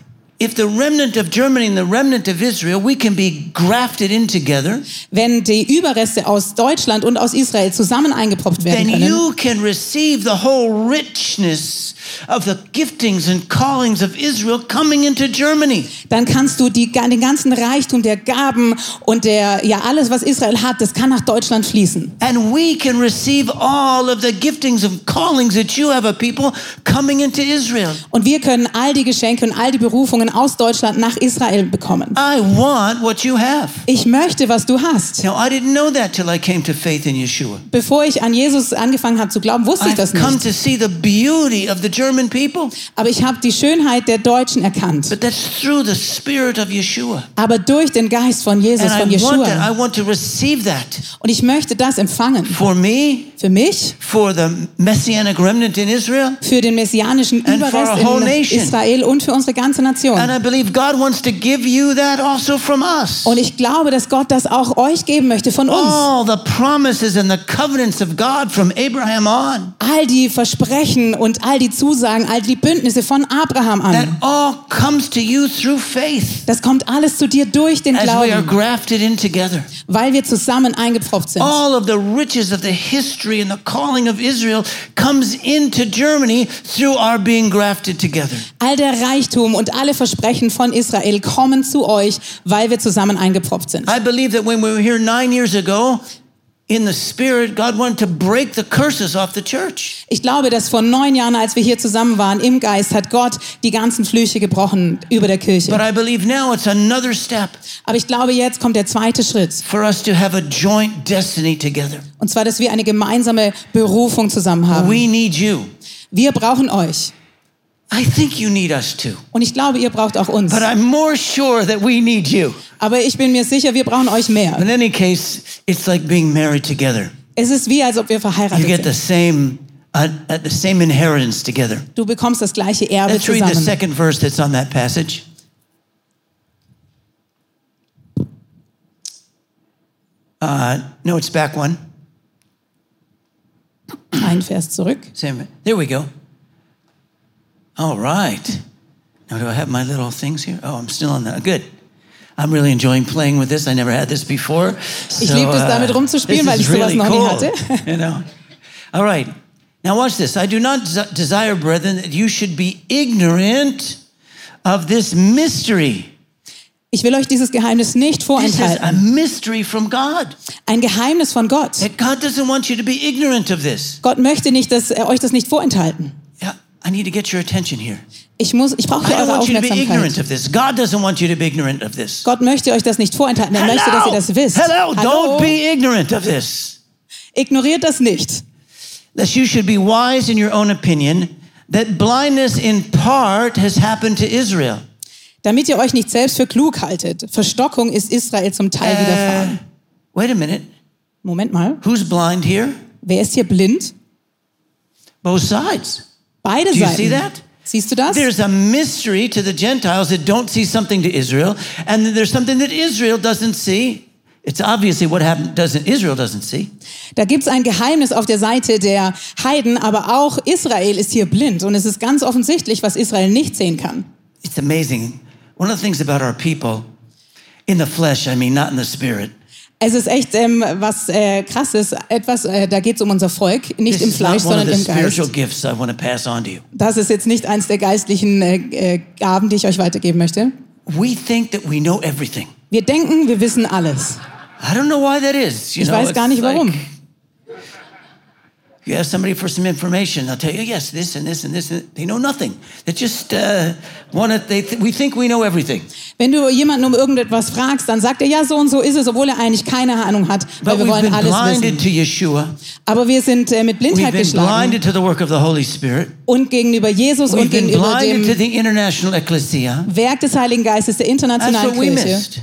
[SPEAKER 1] If the remnant of Germany and the remnant of Israel, we can be grafted in together,
[SPEAKER 2] Wenn die Überreste aus Deutschland und aus Israel zusammen eingepropft werden
[SPEAKER 1] then
[SPEAKER 2] können,
[SPEAKER 1] you can receive the whole richness of the giftings and callings of Israel coming into Germany.
[SPEAKER 2] dann kannst du die, den ganzen Reichtum der Gaben und der, ja, alles, was Israel hat, das kann nach Deutschland fließen.
[SPEAKER 1] And we can receive all of the giftings and callings that you have a people coming into Israel.
[SPEAKER 2] Und wir können all die Geschenke und all die Berufungen aus Deutschland nach Israel bekommen.
[SPEAKER 1] I want what you have.
[SPEAKER 2] Ich möchte, was du hast.
[SPEAKER 1] Now, I didn't know that till I came to faith in Yeshua.
[SPEAKER 2] Bevor ich an Jesus angefangen habe zu glauben, wusste ich
[SPEAKER 1] I've
[SPEAKER 2] das
[SPEAKER 1] come
[SPEAKER 2] nicht.
[SPEAKER 1] to see the beauty of the German people,
[SPEAKER 2] Aber ich habe die Schönheit der Deutschen erkannt.
[SPEAKER 1] but that's through the spirit of Yeshua.
[SPEAKER 2] Aber durch den Geist von
[SPEAKER 1] And
[SPEAKER 2] Jesus,
[SPEAKER 1] I
[SPEAKER 2] von
[SPEAKER 1] want that. I
[SPEAKER 2] Yeshua.
[SPEAKER 1] want to receive that
[SPEAKER 2] Und ich möchte das empfangen.
[SPEAKER 1] for me,
[SPEAKER 2] Für mich,
[SPEAKER 1] for the messianic remnant in Israel,
[SPEAKER 2] für den messianischen
[SPEAKER 1] And for a
[SPEAKER 2] Überrest
[SPEAKER 1] whole
[SPEAKER 2] in
[SPEAKER 1] nation.
[SPEAKER 2] Israel und für unsere ganze
[SPEAKER 1] and
[SPEAKER 2] Nation.
[SPEAKER 1] I believe God wants to give you that also from us.
[SPEAKER 2] Und ich glaube, dass Gott das auch euch geben möchte von uns.
[SPEAKER 1] All the promises and the covenants of God from Abraham on,
[SPEAKER 2] All die Versprechen und all die Zusagen, all die Bündnisse von Abraham
[SPEAKER 1] that
[SPEAKER 2] an.
[SPEAKER 1] all comes to you through faith
[SPEAKER 2] Das kommt alles zu dir durch den
[SPEAKER 1] as we are
[SPEAKER 2] Glauben.
[SPEAKER 1] grafted in together.
[SPEAKER 2] weil wir zusammen eingepfropft sind.
[SPEAKER 1] All of the riches of the history and the calling of Israel comes into Germany through our being grafted together.
[SPEAKER 2] All der Reichtum und alle Versprechen von Israel kommen zu euch, weil wir zusammen eingepfropft sind.
[SPEAKER 1] I believe that when we were here nine years ago, in the spirit, God wanted to break the curses off the church.
[SPEAKER 2] Ich glaube, dass vor neun Jahren, als wir hier zusammen waren, im Geist hat Gott die ganzen Flüche gebrochen über der
[SPEAKER 1] But
[SPEAKER 2] Kirche.
[SPEAKER 1] I believe now it's another step
[SPEAKER 2] Aber ich glaube, jetzt kommt der zweite Schritt.
[SPEAKER 1] for us to have a joint destiny together.
[SPEAKER 2] Und zwar, dass wir eine gemeinsame Berufung zusammen haben.
[SPEAKER 1] We need you.
[SPEAKER 2] Wir brauchen euch.
[SPEAKER 1] I think you need us too.
[SPEAKER 2] Und ich glaube, ihr braucht auch uns.
[SPEAKER 1] But I'm more sure that we need you.
[SPEAKER 2] Aber ich bin mir sicher, wir brauchen euch mehr.
[SPEAKER 1] In any case, it's like being married together.
[SPEAKER 2] Es ist wie, als ob wir
[SPEAKER 1] You get
[SPEAKER 2] verheiratet
[SPEAKER 1] the same
[SPEAKER 2] sind.
[SPEAKER 1] uh, uh, the same inheritance together.
[SPEAKER 2] Du bekommst das gleiche Erbe
[SPEAKER 1] Let's read the
[SPEAKER 2] zusammen.
[SPEAKER 1] second verse that's on that passage. Uh, no, it's back one.
[SPEAKER 2] Ein Vers zurück.
[SPEAKER 1] Same. There we go. All right. Now, do I have my little things here? Oh, I'm still on that. Good. I'm really enjoying playing with this. I never had this before.
[SPEAKER 2] Ich
[SPEAKER 1] so,
[SPEAKER 2] liebe es, damit
[SPEAKER 1] uh,
[SPEAKER 2] rumzuspielen,
[SPEAKER 1] this
[SPEAKER 2] weil
[SPEAKER 1] is
[SPEAKER 2] ich sowas
[SPEAKER 1] really
[SPEAKER 2] noch nie
[SPEAKER 1] cool,
[SPEAKER 2] hatte.
[SPEAKER 1] [laughs] you know. All right. Now, watch this. I do not desi- desire, brethren, that you should be ignorant of this mystery.
[SPEAKER 2] Ich will euch dieses Geheimnis
[SPEAKER 1] This
[SPEAKER 2] nicht
[SPEAKER 1] is a
[SPEAKER 2] vorenthalten.
[SPEAKER 1] mystery from God.
[SPEAKER 2] Ein Geheimnis von Gott.
[SPEAKER 1] That God doesn't want you to be ignorant of this.
[SPEAKER 2] Gott möchte nicht, dass er euch das nicht vorenthalten.
[SPEAKER 1] Yeah, I need to get your attention here.
[SPEAKER 2] Ich muss, ich brauche
[SPEAKER 1] I don't
[SPEAKER 2] eure
[SPEAKER 1] want you to be ignorant
[SPEAKER 2] Aufmerksamkeit.
[SPEAKER 1] of this. God doesn't want you to be ignorant of this.
[SPEAKER 2] Gott möchte euch das nicht vorenthalten. Er möchte, dass ihr das wisst.
[SPEAKER 1] Hello,
[SPEAKER 2] Hallo.
[SPEAKER 1] don't be ignorant of this.
[SPEAKER 2] Ignoriert das nicht.
[SPEAKER 1] Lest you should be wise in your own opinion, that blindness in part has happened to Israel.
[SPEAKER 2] Damit ihr euch nicht selbst für klug haltet. Verstockung ist Israel zum
[SPEAKER 1] Äh.
[SPEAKER 2] Teil widerfahren.
[SPEAKER 1] Wait a minute.
[SPEAKER 2] Moment mal.
[SPEAKER 1] Who's blind here?
[SPEAKER 2] Wer ist hier blind?
[SPEAKER 1] Both sides.
[SPEAKER 2] Beide
[SPEAKER 1] Do you see
[SPEAKER 2] Seiten.
[SPEAKER 1] that?
[SPEAKER 2] Siehst du das?
[SPEAKER 1] There's a mystery to the Gentiles that don't see something to Israel, and then there's something that Israel doesn't see. It's obviously what happened doesn't Israel doesn't see.
[SPEAKER 2] Da gibt's ein Geheimnis auf der Seite der Heiden, aber auch Israel ist hier blind. Und es ist ganz offensichtlich, was Israel nicht sehen kann.
[SPEAKER 1] It's amazing. One of the things about our people, in the flesh, I mean, not in the spirit.
[SPEAKER 2] Es ist echt ähm, was äh, krasses, etwas, äh, da geht's um unser Volk, nicht
[SPEAKER 1] This
[SPEAKER 2] im
[SPEAKER 1] is not
[SPEAKER 2] Fleisch,
[SPEAKER 1] one of
[SPEAKER 2] sondern
[SPEAKER 1] the
[SPEAKER 2] im
[SPEAKER 1] spiritual
[SPEAKER 2] Geist.
[SPEAKER 1] gifts I want to pass on to you.
[SPEAKER 2] Das ist jetzt nicht eins der geistlichen äh, äh, Gaben, die ich euch weitergeben möchte.
[SPEAKER 1] We think that we know everything.
[SPEAKER 2] Wir denken, wir wissen alles.
[SPEAKER 1] I don't know why that is. You
[SPEAKER 2] Ich
[SPEAKER 1] know,
[SPEAKER 2] weiß
[SPEAKER 1] it's
[SPEAKER 2] gar nicht
[SPEAKER 1] like-
[SPEAKER 2] warum.
[SPEAKER 1] You ask somebody for some information, they'll tell you, yes, this and this and this. And they know nothing. They just uh, want to, they th- we think we know everything.
[SPEAKER 2] Wenn du jemanden um irgendetwas fragst, dann sagt er, ja, so und so ist es, obwohl er eigentlich keine Ahnung hat,
[SPEAKER 1] But
[SPEAKER 2] weil wir
[SPEAKER 1] we've
[SPEAKER 2] wollen
[SPEAKER 1] been
[SPEAKER 2] alles
[SPEAKER 1] blinded
[SPEAKER 2] wissen.
[SPEAKER 1] to Yeshua.
[SPEAKER 2] Aber wir sind äh, mit
[SPEAKER 1] We've
[SPEAKER 2] Blindheit
[SPEAKER 1] been
[SPEAKER 2] geschlagen
[SPEAKER 1] blinded to the work of the Holy Spirit.
[SPEAKER 2] und gegenüber Jesus
[SPEAKER 1] We've
[SPEAKER 2] und
[SPEAKER 1] been
[SPEAKER 2] gegenüber
[SPEAKER 1] blinded to
[SPEAKER 2] dem
[SPEAKER 1] the international ecclesia.
[SPEAKER 2] Werk des Heiligen Geistes der
[SPEAKER 1] That's
[SPEAKER 2] internationalen
[SPEAKER 1] what we
[SPEAKER 2] Kirche.
[SPEAKER 1] missed.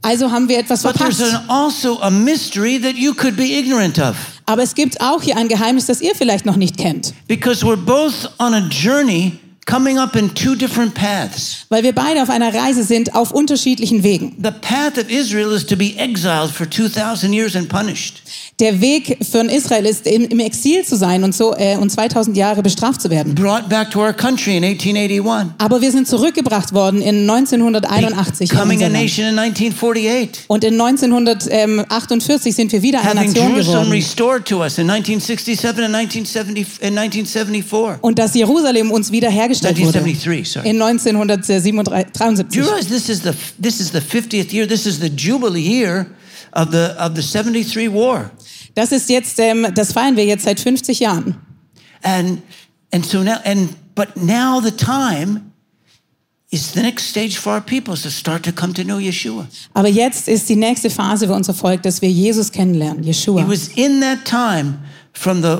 [SPEAKER 2] Also haben wir etwas
[SPEAKER 1] But there's
[SPEAKER 2] verpasst.
[SPEAKER 1] an, also a mystery that you could be ignorant of
[SPEAKER 2] Aber es gibt auch hier ein Geheimnis, das ihr vielleicht noch nicht kennt.
[SPEAKER 1] because we're both on a journey coming up in two different paths.
[SPEAKER 2] Weil wir beide auf einer Reise sind, auf unterschiedlichen Wegen.
[SPEAKER 1] The path of Israel is to be exiled for 2,000 years and punished.
[SPEAKER 2] Der Weg für ein Israel ist, im, im Exil zu sein und so äh, und 2000 Jahre bestraft zu werden.
[SPEAKER 1] Brought back to our country in 1881.
[SPEAKER 2] Aber wir sind zurückgebracht worden in 1981. in
[SPEAKER 1] Becoming
[SPEAKER 2] unser
[SPEAKER 1] a
[SPEAKER 2] Land.
[SPEAKER 1] nation in 1948.
[SPEAKER 2] Und in 1948 sind wir wieder eine
[SPEAKER 1] Having
[SPEAKER 2] Nation
[SPEAKER 1] Jerusalem
[SPEAKER 2] geworden.
[SPEAKER 1] restored to us in 1967 and 1970, in 1974.
[SPEAKER 2] Und dass Jerusalem uns wiederhergestellt wurde.
[SPEAKER 1] 1973, sorry.
[SPEAKER 2] In 1973.
[SPEAKER 1] Do you realize this is the this is the 50th year? This is the jubilee year of the of the 73 war.
[SPEAKER 2] Das ist jetzt, ähm, das feiern wir jetzt seit 50 Jahren.
[SPEAKER 1] And and so now and but now the time is the next stage for our people is to start to come to know Yeshua.
[SPEAKER 2] Aber jetzt ist die nächste Phase für unser Volk, dass wir Jesus kennenlernen,
[SPEAKER 1] It
[SPEAKER 2] Yeshua.
[SPEAKER 1] was in that time from the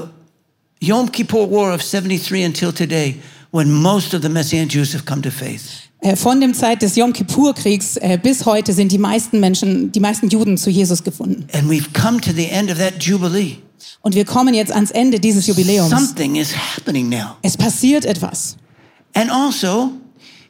[SPEAKER 1] Yom Kippur War of 73 until today when most of the Messianic Jews have come to faith.
[SPEAKER 2] Äh, Von dem Zeit des Yom Kippur-Kriegs äh, bis heute sind die meisten Menschen, die meisten Juden zu Jesus gefunden.
[SPEAKER 1] And we've come to the end of that jubilee.
[SPEAKER 2] Und wir kommen jetzt ans Ende dieses Jubiläums.
[SPEAKER 1] Something is happening now.
[SPEAKER 2] Es passiert etwas.
[SPEAKER 1] And also,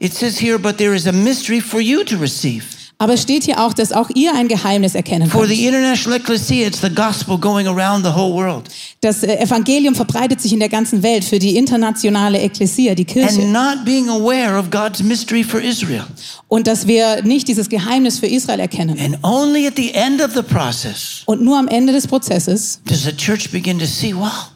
[SPEAKER 1] it says here, but there is a mystery for you to receive.
[SPEAKER 2] Aber es steht hier auch, dass auch ihr ein Geheimnis erkennen
[SPEAKER 1] For
[SPEAKER 2] könnt.
[SPEAKER 1] the international ecclesia, it's the gospel going around the whole world.
[SPEAKER 2] Das äh, Evangelium verbreitet sich in der ganzen Welt für die internationale Ekklesia, die Kirche.
[SPEAKER 1] And not being aware of God's mystery for Israel.
[SPEAKER 2] Und dass wir nicht dieses Geheimnis für Israel erkennen.
[SPEAKER 1] And only at the end of the process
[SPEAKER 2] Und nur am Ende des Prozesses
[SPEAKER 1] does the church begin to see, wow,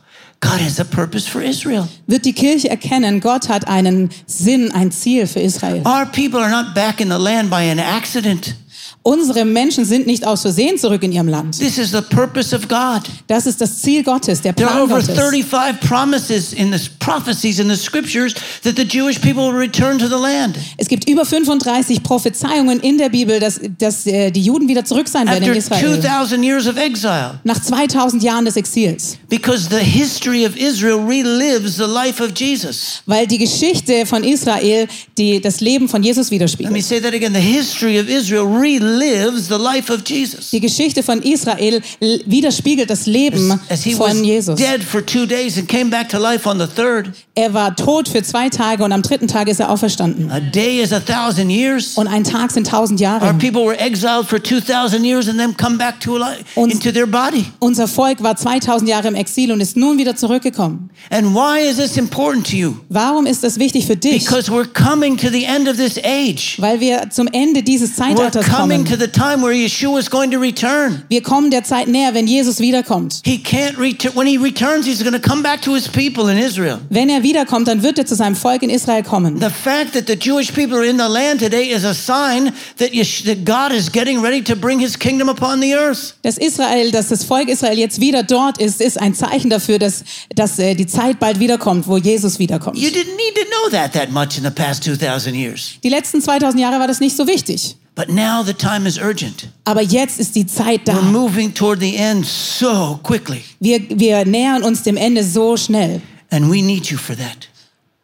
[SPEAKER 1] God has a purpose for Israel.
[SPEAKER 2] wird die Kirche erkennen, Gott hat einen Sinn, ein Ziel für Israel.
[SPEAKER 1] Our people are not back in the land by an accident.
[SPEAKER 2] Unsere Menschen sind nicht aus Versehen zurück in ihrem Land.
[SPEAKER 1] This is the purpose of God.
[SPEAKER 2] Das ist das Ziel Gottes, der
[SPEAKER 1] There are
[SPEAKER 2] Plan
[SPEAKER 1] over
[SPEAKER 2] Gottes.
[SPEAKER 1] 35 promises in the prophecies in the scriptures that the Jewish people will return to the land.
[SPEAKER 2] Es gibt über 35 Prophezeiungen in der Bibel, dass, dass äh, die Juden wieder zurück sein werden in
[SPEAKER 1] after
[SPEAKER 2] Israel.
[SPEAKER 1] 2,000 years of exile
[SPEAKER 2] Nach 2000 Jahren des Exils.
[SPEAKER 1] because the history of Israel relives the life of Jesus.
[SPEAKER 2] Weil die Geschichte von Israel die, das Leben von Jesus
[SPEAKER 1] Let me
[SPEAKER 2] widerspiegelt.
[SPEAKER 1] say that again. The history of Israel relives the life of Jesus.
[SPEAKER 2] Die Geschichte von Israel l- widerspiegelt das Leben
[SPEAKER 1] As he was
[SPEAKER 2] von Jesus.
[SPEAKER 1] dead for two days and came back to life on the third.
[SPEAKER 2] Er war tot für zwei Tage und am dritten Tag ist er auferstanden.
[SPEAKER 1] A day is a thousand years.
[SPEAKER 2] Und ein Tag sind tausend
[SPEAKER 1] Our
[SPEAKER 2] Jahre.
[SPEAKER 1] people were exiled for 2,000 years and then come back to life,
[SPEAKER 2] Und-
[SPEAKER 1] into their body.
[SPEAKER 2] Unser Volk war 2000 Jahre im Exil und ist nun wieder zurückgekommen.
[SPEAKER 1] And why is this important to you?
[SPEAKER 2] Warum ist das wichtig für dich?
[SPEAKER 1] Because we're coming to the end of this age.
[SPEAKER 2] Weil wir zum Ende dieses
[SPEAKER 1] We're
[SPEAKER 2] Zeitalters
[SPEAKER 1] coming
[SPEAKER 2] kommen.
[SPEAKER 1] to the time where Yeshua is going to return.
[SPEAKER 2] Wir kommen der Zeit näher, wenn Jesus wiederkommt.
[SPEAKER 1] He can't return. When he returns, he's going to come back to his people in Israel.
[SPEAKER 2] Wenn er wiederkommt, dann wird er zu seinem Volk in Israel kommen.
[SPEAKER 1] The fact that the Jewish people are in the land today is a sign that, Yesh- that God is getting ready to bring his kingdom upon the earth.
[SPEAKER 2] Dass Israel, dass das Volk Israel jetzt wieder dort ist, ist ein Zeichen dafür, dass, dass äh, die Zeit bald wiederkommt, wo Jesus wiederkommt.
[SPEAKER 1] You didn't need to know that that much in the past 2,000 years.
[SPEAKER 2] Die letzten 2000 Jahre war das nicht so wichtig.
[SPEAKER 1] But now the time is urgent.
[SPEAKER 2] Aber jetzt ist die Zeit
[SPEAKER 1] We're
[SPEAKER 2] da.
[SPEAKER 1] moving toward the end so quickly,
[SPEAKER 2] Wir, wir nähern uns dem Ende so schnell.
[SPEAKER 1] and we need you for that.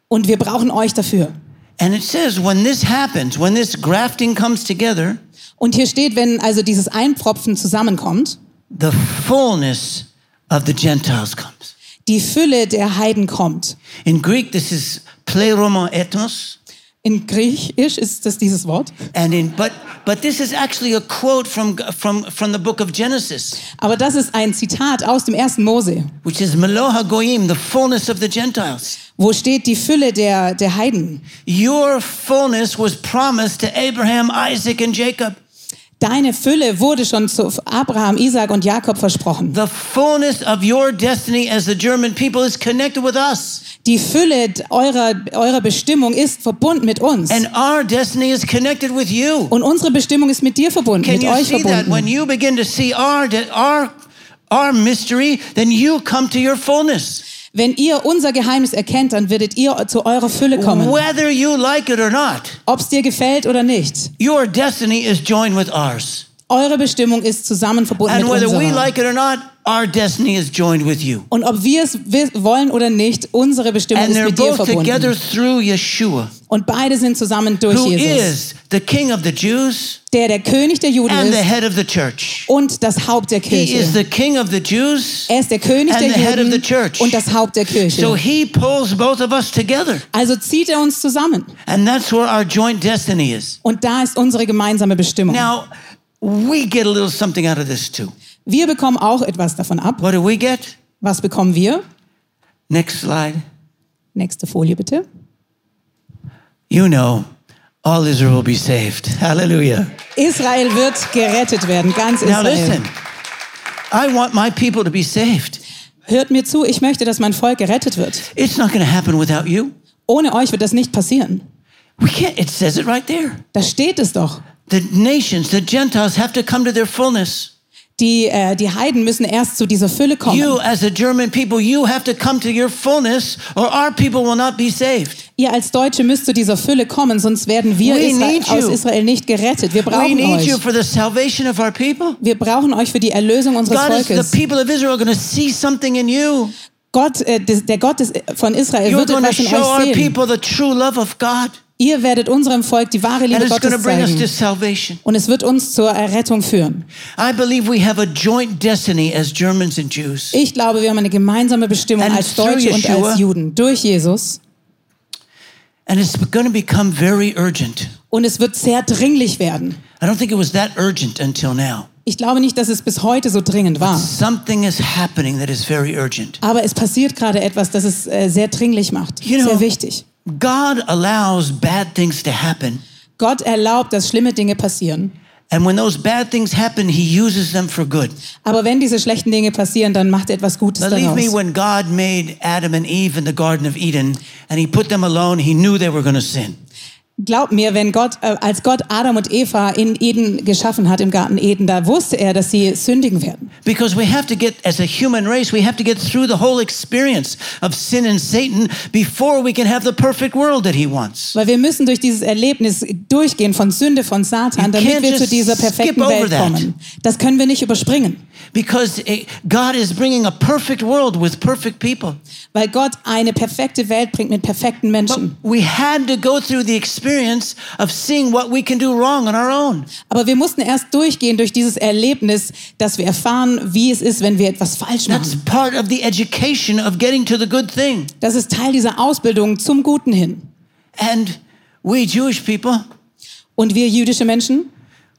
[SPEAKER 2] Und wir brauchen euch dafür.
[SPEAKER 1] And it says when this happens, when this grafting comes together,
[SPEAKER 2] Und hier steht, wenn also dieses Einpropfen zusammenkommt,
[SPEAKER 1] the fullness of the Gentiles comes.
[SPEAKER 2] die Fülle der Heiden kommt.
[SPEAKER 1] In Greek, this is pleroma ethnos.
[SPEAKER 2] In Griechisch ist das dieses Wort.
[SPEAKER 1] And in, but, but this is actually a quote from, from, from the book of Genesis,
[SPEAKER 2] Aber das ist ein Zitat aus dem ersten Mose,
[SPEAKER 1] which is Meloha Goyim, the fullness of the Gentiles.
[SPEAKER 2] wo steht die Fülle der, der Heiden.
[SPEAKER 1] Your fullness was promised to Abraham, Isaac, and Jacob.
[SPEAKER 2] Deine Fülle wurde schon zu Abraham, Isaac und Jakob versprochen.
[SPEAKER 1] The fullness of your destiny as the German people is connected with us,
[SPEAKER 2] Die Fülle eurer, eurer Bestimmung ist verbunden mit uns.
[SPEAKER 1] and our destiny is connected with you.
[SPEAKER 2] Und unsere Bestimmung ist mit dir verbunden,
[SPEAKER 1] Can
[SPEAKER 2] mit
[SPEAKER 1] you
[SPEAKER 2] euch
[SPEAKER 1] see that?
[SPEAKER 2] verbunden.
[SPEAKER 1] When you begin to see our, de- our, our mystery, then you come to your fullness,
[SPEAKER 2] Wenn ihr unser Geheimnis erkennt, dann werdet ihr zu eurer Fülle kommen.
[SPEAKER 1] whether you like it or not.
[SPEAKER 2] Ob es dir gefällt oder nicht.
[SPEAKER 1] Your destiny is joined with ours.
[SPEAKER 2] Eure Bestimmung ist zusammen verbunden
[SPEAKER 1] And
[SPEAKER 2] mit
[SPEAKER 1] whether we
[SPEAKER 2] unserer.
[SPEAKER 1] like it or not, our destiny is joined with you.
[SPEAKER 2] Und ob wir es wi- wollen oder nicht, unsere Bestimmung
[SPEAKER 1] And
[SPEAKER 2] ist
[SPEAKER 1] they're
[SPEAKER 2] mit dir
[SPEAKER 1] both together
[SPEAKER 2] verbunden.
[SPEAKER 1] through Yeshua,
[SPEAKER 2] Und beide sind zusammen durch
[SPEAKER 1] who
[SPEAKER 2] Jesus,
[SPEAKER 1] is the King of the Jews
[SPEAKER 2] der der König der Juden
[SPEAKER 1] and the
[SPEAKER 2] ist
[SPEAKER 1] head of the church.
[SPEAKER 2] und das Haupt der
[SPEAKER 1] He is
[SPEAKER 2] Kirche.
[SPEAKER 1] the King of the Jews,
[SPEAKER 2] Er ist der König
[SPEAKER 1] and
[SPEAKER 2] der
[SPEAKER 1] the head of the
[SPEAKER 2] Juden
[SPEAKER 1] church.
[SPEAKER 2] und das Haupt der
[SPEAKER 1] so
[SPEAKER 2] Kirche.
[SPEAKER 1] he pulls both of us together.
[SPEAKER 2] Also zieht er uns zusammen.
[SPEAKER 1] And that's where our joint destiny is.
[SPEAKER 2] Und da ist unsere gemeinsame Bestimmung.
[SPEAKER 1] Now, we get a little something out of this too.
[SPEAKER 2] Wir bekommen auch etwas davon ab.
[SPEAKER 1] What do we get?
[SPEAKER 2] Was bekommen wir?
[SPEAKER 1] Next slide.
[SPEAKER 2] Nächste Folie bitte.
[SPEAKER 1] You know, all Israel will be saved. Hallelujah.
[SPEAKER 2] Israel wird gerettet werden, ganz
[SPEAKER 1] Now
[SPEAKER 2] Israel.
[SPEAKER 1] listen, I want my people to be saved.
[SPEAKER 2] Hört mir zu, ich möchte, dass mein Volk gerettet wird.
[SPEAKER 1] It's not going to happen without you.
[SPEAKER 2] Ohne euch wird das nicht passieren.
[SPEAKER 1] We can't, it says it right there.
[SPEAKER 2] Da steht es doch.
[SPEAKER 1] The nations, the Gentiles have to come to their fullness.
[SPEAKER 2] Die, äh, die Heiden müssen erst zu dieser Fülle kommen.
[SPEAKER 1] You, as a German people, you have to come to your fullness or our people will not be saved.
[SPEAKER 2] Ihr als Deutsche müsst zu dieser Fülle kommen, sonst werden wir
[SPEAKER 1] We
[SPEAKER 2] Isra
[SPEAKER 1] need you.
[SPEAKER 2] aus Israel nicht gerettet. Wir
[SPEAKER 1] We
[SPEAKER 2] brauchen
[SPEAKER 1] need
[SPEAKER 2] euch.
[SPEAKER 1] you for the salvation of our people.
[SPEAKER 2] Wir brauchen euch für die Erlösung unseres
[SPEAKER 1] God is the
[SPEAKER 2] Volkes.
[SPEAKER 1] people of Israel going to see something in you.
[SPEAKER 2] Gott, äh, des- der Gott des, von Israel
[SPEAKER 1] You're
[SPEAKER 2] wird
[SPEAKER 1] going to
[SPEAKER 2] etwas in
[SPEAKER 1] show our
[SPEAKER 2] euch sehen.
[SPEAKER 1] people the true love of God,
[SPEAKER 2] Ihr werdet unserem Volk die wahre
[SPEAKER 1] and
[SPEAKER 2] Liebe
[SPEAKER 1] it's going to
[SPEAKER 2] Gottes
[SPEAKER 1] bring us to
[SPEAKER 2] zeigen.
[SPEAKER 1] salvation.
[SPEAKER 2] Und es wird uns zur Errettung führen.
[SPEAKER 1] I believe we have a joint destiny as Germans and Jews.
[SPEAKER 2] Ich glaube, wir haben eine gemeinsame Bestimmung
[SPEAKER 1] And
[SPEAKER 2] als Deutsche
[SPEAKER 1] through
[SPEAKER 2] und
[SPEAKER 1] Yeshua-
[SPEAKER 2] als Juden durch Jesus.
[SPEAKER 1] And it's going to become very urgent.
[SPEAKER 2] Und es wird sehr dringlich werden.
[SPEAKER 1] I don't think it was that urgent until now.
[SPEAKER 2] Ich glaube nicht, dass es bis heute so dringend war.
[SPEAKER 1] Something is happening that is very urgent.
[SPEAKER 2] Aber es passiert gerade etwas, das es äh, sehr dringlich macht.
[SPEAKER 1] You know-
[SPEAKER 2] sehr wichtig.
[SPEAKER 1] God allows bad things to happen.
[SPEAKER 2] Gott erlaubt, dass schlimme Dinge passieren.
[SPEAKER 1] And when those bad things happen, he uses them for good.
[SPEAKER 2] Aber wenn diese schlechten Dinge passieren, dann macht er etwas Gutes
[SPEAKER 1] Believe me,
[SPEAKER 2] daraus.
[SPEAKER 1] when God made Adam and Eve in the Garden of Eden and he put them alone, he knew they were going to sin.
[SPEAKER 2] Glaub mir, wenn Gott, äh, als Gott Adam und Eva in Eden geschaffen hat, im Garten Eden, da wusste er, dass sie sündigen werden.
[SPEAKER 1] Because we have to get, as a human race, we have to get through the whole experience of sin and Satan before we can have the perfect world that he wants.
[SPEAKER 2] Weil wir müssen durch dieses Erlebnis durchgehen von Sünde, von
[SPEAKER 1] You
[SPEAKER 2] Satan,
[SPEAKER 1] can't
[SPEAKER 2] damit wir zu
[SPEAKER 1] just
[SPEAKER 2] dieser perfekten
[SPEAKER 1] skip over
[SPEAKER 2] Welt
[SPEAKER 1] that.
[SPEAKER 2] kommen. Das können wir nicht überspringen,
[SPEAKER 1] Because it, God is bringing a perfect world with perfect people.
[SPEAKER 2] weil Gott eine perfekte Welt bringt mit perfekten
[SPEAKER 1] But
[SPEAKER 2] Menschen.
[SPEAKER 1] we had to go through the experience of seeing what we can do wrong on our own.
[SPEAKER 2] Aber wir mussten erst durchgehen durch dieses Erlebnis, dass wir erfahren, wie es ist, wenn wir etwas falsch
[SPEAKER 1] That's
[SPEAKER 2] machen.
[SPEAKER 1] part of the education of getting to the good thing.
[SPEAKER 2] Das ist Teil dieser Ausbildung zum Guten hin.
[SPEAKER 1] And we Jewish people,
[SPEAKER 2] Und wir jüdische Menschen,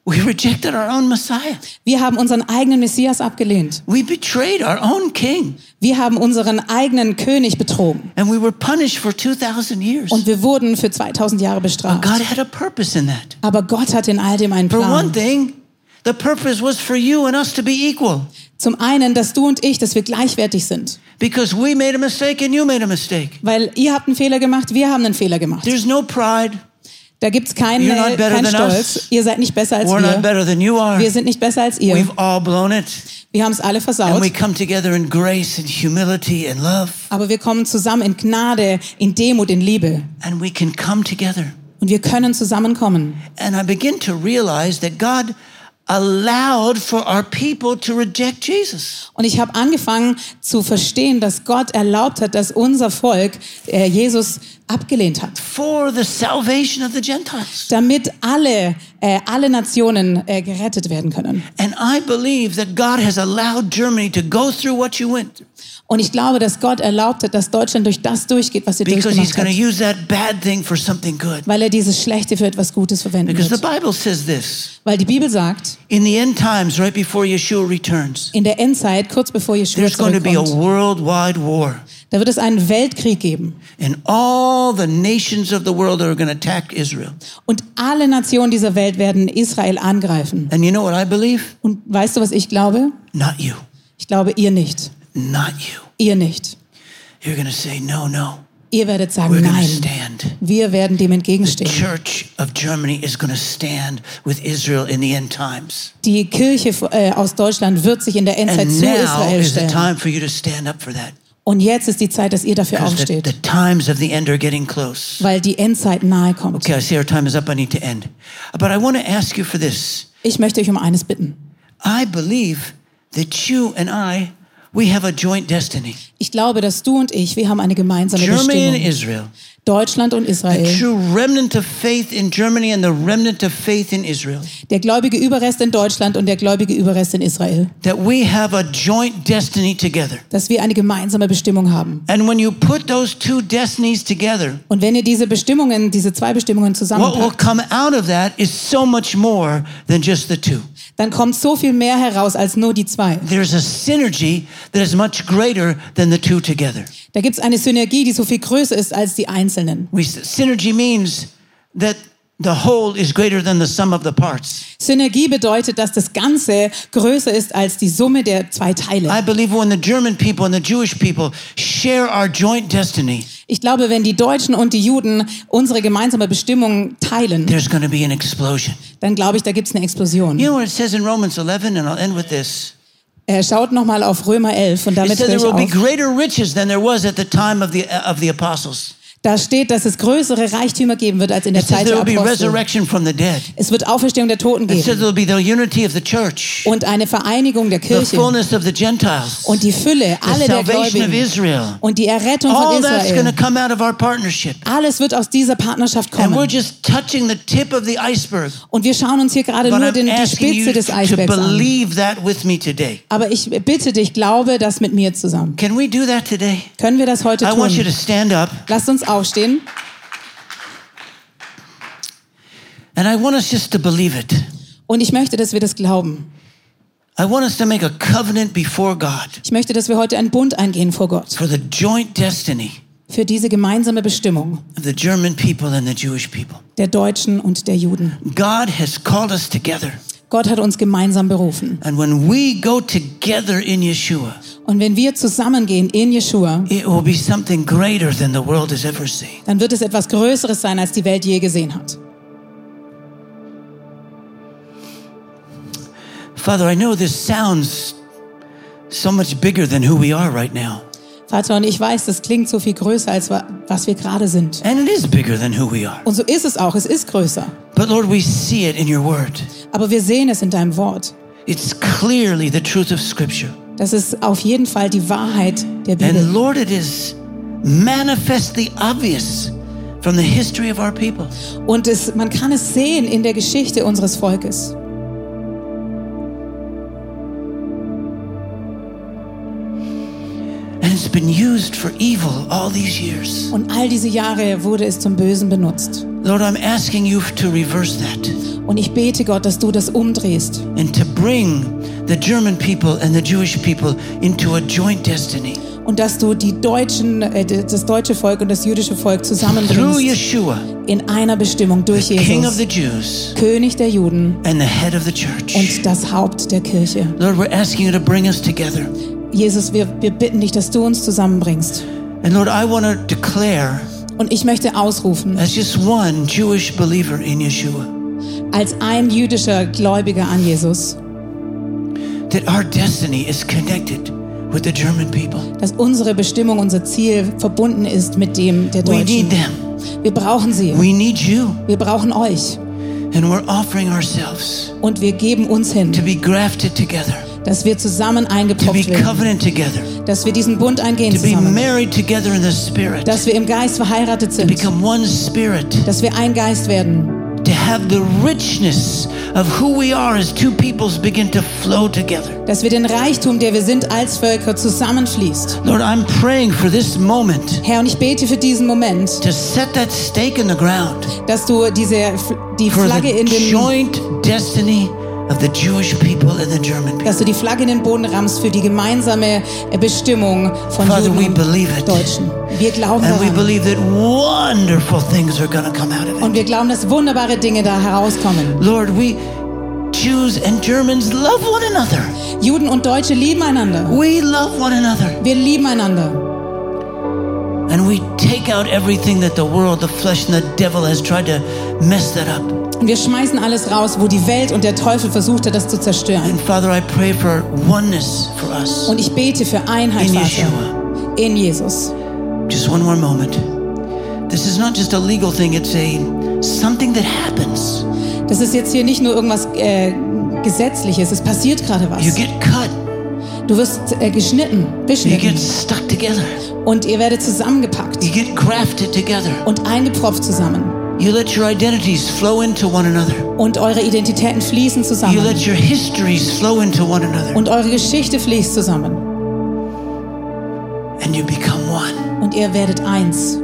[SPEAKER 1] we rejected our own Messiah.
[SPEAKER 2] wir haben unseren eigenen Messias abgelehnt.
[SPEAKER 1] We betrayed our own king.
[SPEAKER 2] Wir haben unseren eigenen König betrogen.
[SPEAKER 1] And we were punished for 2,000 years.
[SPEAKER 2] Und wir wurden für 2000 Jahre
[SPEAKER 1] God
[SPEAKER 2] bestraft.
[SPEAKER 1] had a purpose in that.
[SPEAKER 2] Aber Gott hat in all dem einen
[SPEAKER 1] For one
[SPEAKER 2] Plan.
[SPEAKER 1] thing, the purpose was for you and us to be equal
[SPEAKER 2] Zum einen, dass du und ich, dass wir gleichwertig sind.
[SPEAKER 1] because we made a mistake and you made a mistake.
[SPEAKER 2] Weil ihr habt einen Fehler gemacht, wir haben einen Fehler gemacht.
[SPEAKER 1] There's no pride.
[SPEAKER 2] Da gibt's keinen
[SPEAKER 1] You're not
[SPEAKER 2] äh,
[SPEAKER 1] better
[SPEAKER 2] keinen
[SPEAKER 1] than
[SPEAKER 2] Stolz.
[SPEAKER 1] us.
[SPEAKER 2] Ihr seid nicht besser als
[SPEAKER 1] We're not
[SPEAKER 2] wir.
[SPEAKER 1] better than you are.
[SPEAKER 2] Wir sind nicht besser als ihr.
[SPEAKER 1] We've all blown it.
[SPEAKER 2] Wir haben es alle
[SPEAKER 1] And we
[SPEAKER 2] versaut.
[SPEAKER 1] come together in grace and humility and love.
[SPEAKER 2] Aber wir kommen zusammen in Gnade, in Demut, in Liebe.
[SPEAKER 1] And we can come together.
[SPEAKER 2] Und wir können zusammenkommen.
[SPEAKER 1] And I begin to realize that God allowed for our people to reject Jesus.
[SPEAKER 2] Und ich habe angefangen zu verstehen, dass Gott erlaubt hat, dass unser Volk äh, Jesus abgelehnt hat.
[SPEAKER 1] For the salvation of the Gentiles.
[SPEAKER 2] Damit alle, äh, alle Nationen äh, gerettet werden können.
[SPEAKER 1] And I believe that God has allowed Germany to go through what you went through.
[SPEAKER 2] Und ich glaube, dass Gott erlaubt hat, dass Deutschland durch das durchgeht, was ihr
[SPEAKER 1] Because he's
[SPEAKER 2] durchgemacht
[SPEAKER 1] going to
[SPEAKER 2] habt.
[SPEAKER 1] use that bad thing for something good.
[SPEAKER 2] Weil er dieses Schlechte für etwas Gutes verwenden
[SPEAKER 1] Because the
[SPEAKER 2] wird.
[SPEAKER 1] Bible says this
[SPEAKER 2] Weil die Bibel sagt,
[SPEAKER 1] in the end times, right before Yeshua returns,
[SPEAKER 2] in der Endzeit, kurz bevor Jeschua
[SPEAKER 1] there's going to be a
[SPEAKER 2] zurückkommt,
[SPEAKER 1] worldwide war.
[SPEAKER 2] da wird es einen Weltkrieg geben.
[SPEAKER 1] And all the nations of the world are going to attack Israel.
[SPEAKER 2] Und alle Nationen dieser Welt werden Israel angreifen.
[SPEAKER 1] And you know what I believe?
[SPEAKER 2] Und weißt du, was ich glaube?
[SPEAKER 1] Not you.
[SPEAKER 2] Ich glaube, ihr nicht.
[SPEAKER 1] Not you.
[SPEAKER 2] Ihr nicht.
[SPEAKER 1] You're going to say, no, no.
[SPEAKER 2] Ihr werdet sagen,
[SPEAKER 1] We're going to
[SPEAKER 2] nein,
[SPEAKER 1] stand.
[SPEAKER 2] wir werden dem entgegenstehen.
[SPEAKER 1] Church of Germany is going to stand with Israel in the end times.
[SPEAKER 2] Die Kirche äh, aus Deutschland wird sich in der Endzeit
[SPEAKER 1] And
[SPEAKER 2] zu
[SPEAKER 1] now
[SPEAKER 2] Israel
[SPEAKER 1] is the
[SPEAKER 2] stellen.
[SPEAKER 1] time for you to stand up for that.
[SPEAKER 2] Und jetzt ist die Zeit, dass ihr dafür
[SPEAKER 1] 'Cause The, the
[SPEAKER 2] aufsteht,
[SPEAKER 1] times of the end are getting close.
[SPEAKER 2] weil die Endzeit nahe kommt.
[SPEAKER 1] Okay, I see our time is up. I need to end. But I want to ask you for this.
[SPEAKER 2] Ich möchte euch um eines bitten.
[SPEAKER 1] I believe that you and I, we have a joint destiny.
[SPEAKER 2] Ich glaube, dass du und ich, wir haben eine gemeinsame
[SPEAKER 1] Germany and
[SPEAKER 2] Bestimmung.
[SPEAKER 1] Israel.
[SPEAKER 2] Deutschland und
[SPEAKER 1] The
[SPEAKER 2] Israel.
[SPEAKER 1] true remnant of faith in Germany and the remnant of faith in Israel.
[SPEAKER 2] Der gläubige Überrest in Deutschland und der gläubige Überrest in Israel.
[SPEAKER 1] That we have a joint destiny together.
[SPEAKER 2] Dass wir eine gemeinsame Bestimmung haben.
[SPEAKER 1] And when you put those two destinies together,
[SPEAKER 2] Und wenn ihr diese Bestimmungen, diese zwei Bestimmungen
[SPEAKER 1] what will
[SPEAKER 2] zusammenpackt,
[SPEAKER 1] come out of that is so much more than just the two.
[SPEAKER 2] dann kommt so viel mehr heraus als nur die zwei.
[SPEAKER 1] There's a synergy that is much greater than the two together.
[SPEAKER 2] Da gibt es eine Synergie, die so viel größer ist als die einzelnen.
[SPEAKER 1] We, synergy means that the whole is greater than the sum of the parts.
[SPEAKER 2] Synergie bedeutet, dass das Ganze größer ist als die Summe der zwei Teile.
[SPEAKER 1] I believe when the German people and the Jewish people share our joint destiny,
[SPEAKER 2] Ich glaube, wenn die Deutschen und die Juden unsere gemeinsame Bestimmung teilen,
[SPEAKER 1] there's going to be an explosion.
[SPEAKER 2] dann glaube ich, da gibt es eine
[SPEAKER 1] You
[SPEAKER 2] Explosion.
[SPEAKER 1] know what it says in Romans 11, and I'll end with this.
[SPEAKER 2] Äh, schaut nochmal auf Römer 11 und
[SPEAKER 1] It
[SPEAKER 2] damit
[SPEAKER 1] says there
[SPEAKER 2] höre ich
[SPEAKER 1] will be
[SPEAKER 2] auf.
[SPEAKER 1] greater riches than there was at the time of the uh, of the apostles.
[SPEAKER 2] Da steht, dass es größere Reichtümer geben wird als in
[SPEAKER 1] It
[SPEAKER 2] der
[SPEAKER 1] says
[SPEAKER 2] Zeit
[SPEAKER 1] there
[SPEAKER 2] der
[SPEAKER 1] will be
[SPEAKER 2] Apostel.
[SPEAKER 1] resurrection from the dead.
[SPEAKER 2] Es wird Auferstehung der Toten
[SPEAKER 1] It says
[SPEAKER 2] geben
[SPEAKER 1] there will be the unity of the church,
[SPEAKER 2] und eine Vereinigung der
[SPEAKER 1] the
[SPEAKER 2] Kirche
[SPEAKER 1] fullness of the Gentiles,
[SPEAKER 2] und die Fülle
[SPEAKER 1] the
[SPEAKER 2] alle der
[SPEAKER 1] salvation of
[SPEAKER 2] Gläubigen
[SPEAKER 1] Israel.
[SPEAKER 2] und die Errettung von
[SPEAKER 1] All that's going to
[SPEAKER 2] Israel.
[SPEAKER 1] come out of our partnership.
[SPEAKER 2] Alles wird aus dieser Partnerschaft
[SPEAKER 1] And we're
[SPEAKER 2] kommen.
[SPEAKER 1] just touching the tip of the iceberg.
[SPEAKER 2] Und wir schauen uns hier gerade
[SPEAKER 1] But
[SPEAKER 2] nur
[SPEAKER 1] I'm
[SPEAKER 2] den, die
[SPEAKER 1] asking
[SPEAKER 2] Spitze
[SPEAKER 1] you
[SPEAKER 2] des
[SPEAKER 1] to
[SPEAKER 2] Eisbergs an.
[SPEAKER 1] believe that with me today.
[SPEAKER 2] Aber ich bitte dich, glaube das mit mir zusammen.
[SPEAKER 1] Can we do that today?
[SPEAKER 2] Können wir das heute
[SPEAKER 1] I want you
[SPEAKER 2] tun?
[SPEAKER 1] to stand up,
[SPEAKER 2] Lasst uns aufstehen
[SPEAKER 1] and I want us just to believe it.
[SPEAKER 2] und ich möchte, dass wir das glauben.
[SPEAKER 1] I want us to make a covenant before God
[SPEAKER 2] Ich möchte, dass wir heute einen Bund eingehen vor Gott
[SPEAKER 1] for the joint destiny
[SPEAKER 2] für diese gemeinsame Bestimmung
[SPEAKER 1] of the German people and the Jewish people.
[SPEAKER 2] der Deutschen und der Juden.
[SPEAKER 1] God has called us together.
[SPEAKER 2] Gott hat uns gemeinsam berufen.
[SPEAKER 1] And when we go together in Yeshua,
[SPEAKER 2] Und wenn wir zusammengehen in Jeshua,
[SPEAKER 1] it will be something greater than the world has ever seen.
[SPEAKER 2] dann wird es etwas Größeres sein, als die Welt je gesehen hat.
[SPEAKER 1] Father, I know this sounds so much bigger than who we are right now.
[SPEAKER 2] Vater, und ich weiß, das klingt so viel größer, als wa- was wir gerade sind.
[SPEAKER 1] And it is bigger than who we are.
[SPEAKER 2] Und so ist es auch, es ist größer.
[SPEAKER 1] But Lord, we see it in your word.
[SPEAKER 2] Aber wir sehen es in deinem Wort.
[SPEAKER 1] It's clearly the truth of Scripture.
[SPEAKER 2] Das ist auf jeden Fall die Wahrheit der Bibel.
[SPEAKER 1] And Lord, it is manifestly obvious from the history of our people.
[SPEAKER 2] Und es, man kann es sehen in der Geschichte unseres Volkes.
[SPEAKER 1] And it's been used for evil all these years.
[SPEAKER 2] Und all diese Jahre wurde es zum Bösen benutzt.
[SPEAKER 1] Lord, I'm asking you to reverse that
[SPEAKER 2] Und ich bete Gott, dass du das umdrehst
[SPEAKER 1] and to bring the German people and the Jewish people into a joint destiny
[SPEAKER 2] und dass du die Deutschen, äh, d- das deutsche Volk und das jüdische Volk
[SPEAKER 1] through
[SPEAKER 2] zusammenbringst
[SPEAKER 1] Yeshua,
[SPEAKER 2] in einer Bestimmung durch
[SPEAKER 1] King of
[SPEAKER 2] Jesus,
[SPEAKER 1] the Jews
[SPEAKER 2] König der Juden
[SPEAKER 1] and the head of the church.
[SPEAKER 2] und das Haupt der Kirche.
[SPEAKER 1] Lord, we're asking you to bring us together.
[SPEAKER 2] Jesus, wir, wir bitten dich, dass du uns zusammenbringst.
[SPEAKER 1] And Lord, I want to declare
[SPEAKER 2] Und ich möchte ausrufen,
[SPEAKER 1] as just one Jewish believer in Yeshua
[SPEAKER 2] als ein jüdischer Gläubiger an Jesus,
[SPEAKER 1] that our destiny is connected with the German people.
[SPEAKER 2] dass unsere Bestimmung, unser Ziel verbunden ist mit dem der
[SPEAKER 1] We need
[SPEAKER 2] Deutschen.
[SPEAKER 1] them.
[SPEAKER 2] Wir brauchen sie.
[SPEAKER 1] We need you.
[SPEAKER 2] Wir brauchen euch
[SPEAKER 1] And we're offering ourselves
[SPEAKER 2] und wir geben uns hin,
[SPEAKER 1] to be grafted together,
[SPEAKER 2] dass wir zusammen
[SPEAKER 1] to be
[SPEAKER 2] eingepropft werden,
[SPEAKER 1] covenant together,
[SPEAKER 2] dass wir diesen Bund eingehen
[SPEAKER 1] to be
[SPEAKER 2] zusammen,
[SPEAKER 1] married together in the Spirit,
[SPEAKER 2] dass wir im Geist verheiratet
[SPEAKER 1] to
[SPEAKER 2] sind,
[SPEAKER 1] become one spirit,
[SPEAKER 2] dass wir ein Geist werden,
[SPEAKER 1] to have the richness of who we are as two peoples begin to flow together.
[SPEAKER 2] dass wir den Reichtum, der wir sind als Völker, zusammenfließt.
[SPEAKER 1] Lord, I'm praying for this moment
[SPEAKER 2] Herr, und ich bete für diesen Moment,
[SPEAKER 1] to set that stake in the ground.
[SPEAKER 2] dass du diese, F- die
[SPEAKER 1] for
[SPEAKER 2] Flagge in
[SPEAKER 1] the
[SPEAKER 2] den,
[SPEAKER 1] joint destiny of the Jewish people and the German people.
[SPEAKER 2] dass du die Flagge in den Boden rammst für die gemeinsame Bestimmung von
[SPEAKER 1] Father, we
[SPEAKER 2] Juden
[SPEAKER 1] believe it.
[SPEAKER 2] und Deutschen. Wir glauben
[SPEAKER 1] And we
[SPEAKER 2] daran.
[SPEAKER 1] believe that wonderful things are going to come out of
[SPEAKER 2] Und
[SPEAKER 1] it.
[SPEAKER 2] wir glauben, dass wunderbare Dinge da herauskommen.
[SPEAKER 1] Lord, we Jews and Germans love one another.
[SPEAKER 2] Juden und Deutsche lieben einander.
[SPEAKER 1] We love one another.
[SPEAKER 2] Wir lieben einander.
[SPEAKER 1] And we take out everything that the world, the flesh, and the devil has tried to mess that up.
[SPEAKER 2] Und wir schmeißen alles raus, wo die Welt und der Teufel versucht hat, das zu zerstören.
[SPEAKER 1] And Father, I pray for oneness for us.
[SPEAKER 2] Und ich bete für Einheit,
[SPEAKER 1] In
[SPEAKER 2] Vater,
[SPEAKER 1] Yeshua.
[SPEAKER 2] in Jesus.
[SPEAKER 1] Just one more moment. This is not just a legal thing, it's a something that happens.
[SPEAKER 2] Das ist jetzt hier nicht nur irgendwas äh, Gesetzliches, es passiert gerade
[SPEAKER 1] You
[SPEAKER 2] was.
[SPEAKER 1] get cut,
[SPEAKER 2] Du wirst äh, geschnitten,
[SPEAKER 1] you get
[SPEAKER 2] beschnitten
[SPEAKER 1] stuck together,
[SPEAKER 2] und ihr werdet zusammengepackt
[SPEAKER 1] you get grafted together.
[SPEAKER 2] und eingepropft zusammen.
[SPEAKER 1] You let your identities flow into one another.
[SPEAKER 2] Und eure Identitäten fließen
[SPEAKER 1] You
[SPEAKER 2] zusammen.
[SPEAKER 1] let your histories flow into one another.
[SPEAKER 2] Und eure Geschichte fließt zusammen.
[SPEAKER 1] And you become one.
[SPEAKER 2] Und ihr werdet eins.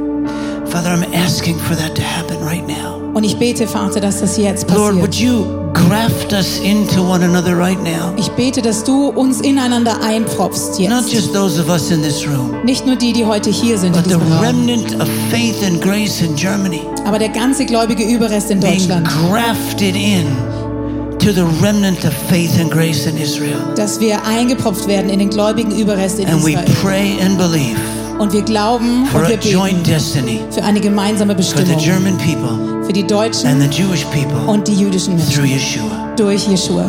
[SPEAKER 1] Father, I'm asking for that to happen right now.
[SPEAKER 2] Und ich bete, Vater, dass das jetzt
[SPEAKER 1] Lord, would
[SPEAKER 2] passiert.
[SPEAKER 1] you graft us into one another right now?
[SPEAKER 2] Ich bete, dass du uns ineinander
[SPEAKER 1] Not
[SPEAKER 2] einpropfst jetzt.
[SPEAKER 1] just those of us in this room,
[SPEAKER 2] Nicht nur die, die heute hier sind
[SPEAKER 1] but
[SPEAKER 2] in
[SPEAKER 1] the
[SPEAKER 2] diesem Raum,
[SPEAKER 1] remnant of faith and grace in Germany
[SPEAKER 2] aber der ganze gläubige Überrest in
[SPEAKER 1] being
[SPEAKER 2] Deutschland.
[SPEAKER 1] grafted in to the remnant of faith and grace in Israel.
[SPEAKER 2] Dass wir eingepropft werden in den gläubigen Überrest in
[SPEAKER 1] And we
[SPEAKER 2] Israel.
[SPEAKER 1] pray and believe
[SPEAKER 2] Und wir glauben
[SPEAKER 1] for
[SPEAKER 2] und
[SPEAKER 1] a
[SPEAKER 2] wir
[SPEAKER 1] joint
[SPEAKER 2] beten
[SPEAKER 1] destiny
[SPEAKER 2] für eine gemeinsame
[SPEAKER 1] for the
[SPEAKER 2] Bestimmung
[SPEAKER 1] German people
[SPEAKER 2] für die
[SPEAKER 1] and
[SPEAKER 2] Deutschen
[SPEAKER 1] the Jewish people
[SPEAKER 2] und die jüdischen Menschen
[SPEAKER 1] through Yeshua.
[SPEAKER 2] durch Jeshua.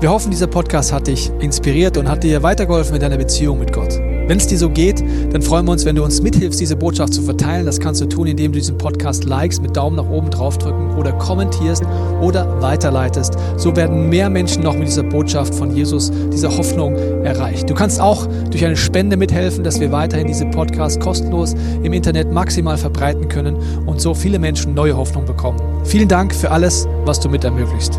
[SPEAKER 3] Wir hoffen, dieser Podcast hat dich inspiriert und hat dir weitergeholfen in deiner Beziehung mit Gott. Wenn es dir so geht, dann freuen wir uns, wenn du uns mithilfst, diese Botschaft zu verteilen. Das kannst du tun, indem du diesen Podcast likest, mit Daumen nach oben draufdrücken oder kommentierst oder weiterleitest. So werden mehr Menschen noch mit dieser Botschaft von Jesus, dieser Hoffnung erreicht. Du kannst auch durch eine Spende mithelfen, dass wir weiterhin diese Podcast kostenlos im Internet maximal verbreiten können und so viele Menschen neue Hoffnung bekommen. Vielen Dank für alles, was du mit ermöglicht.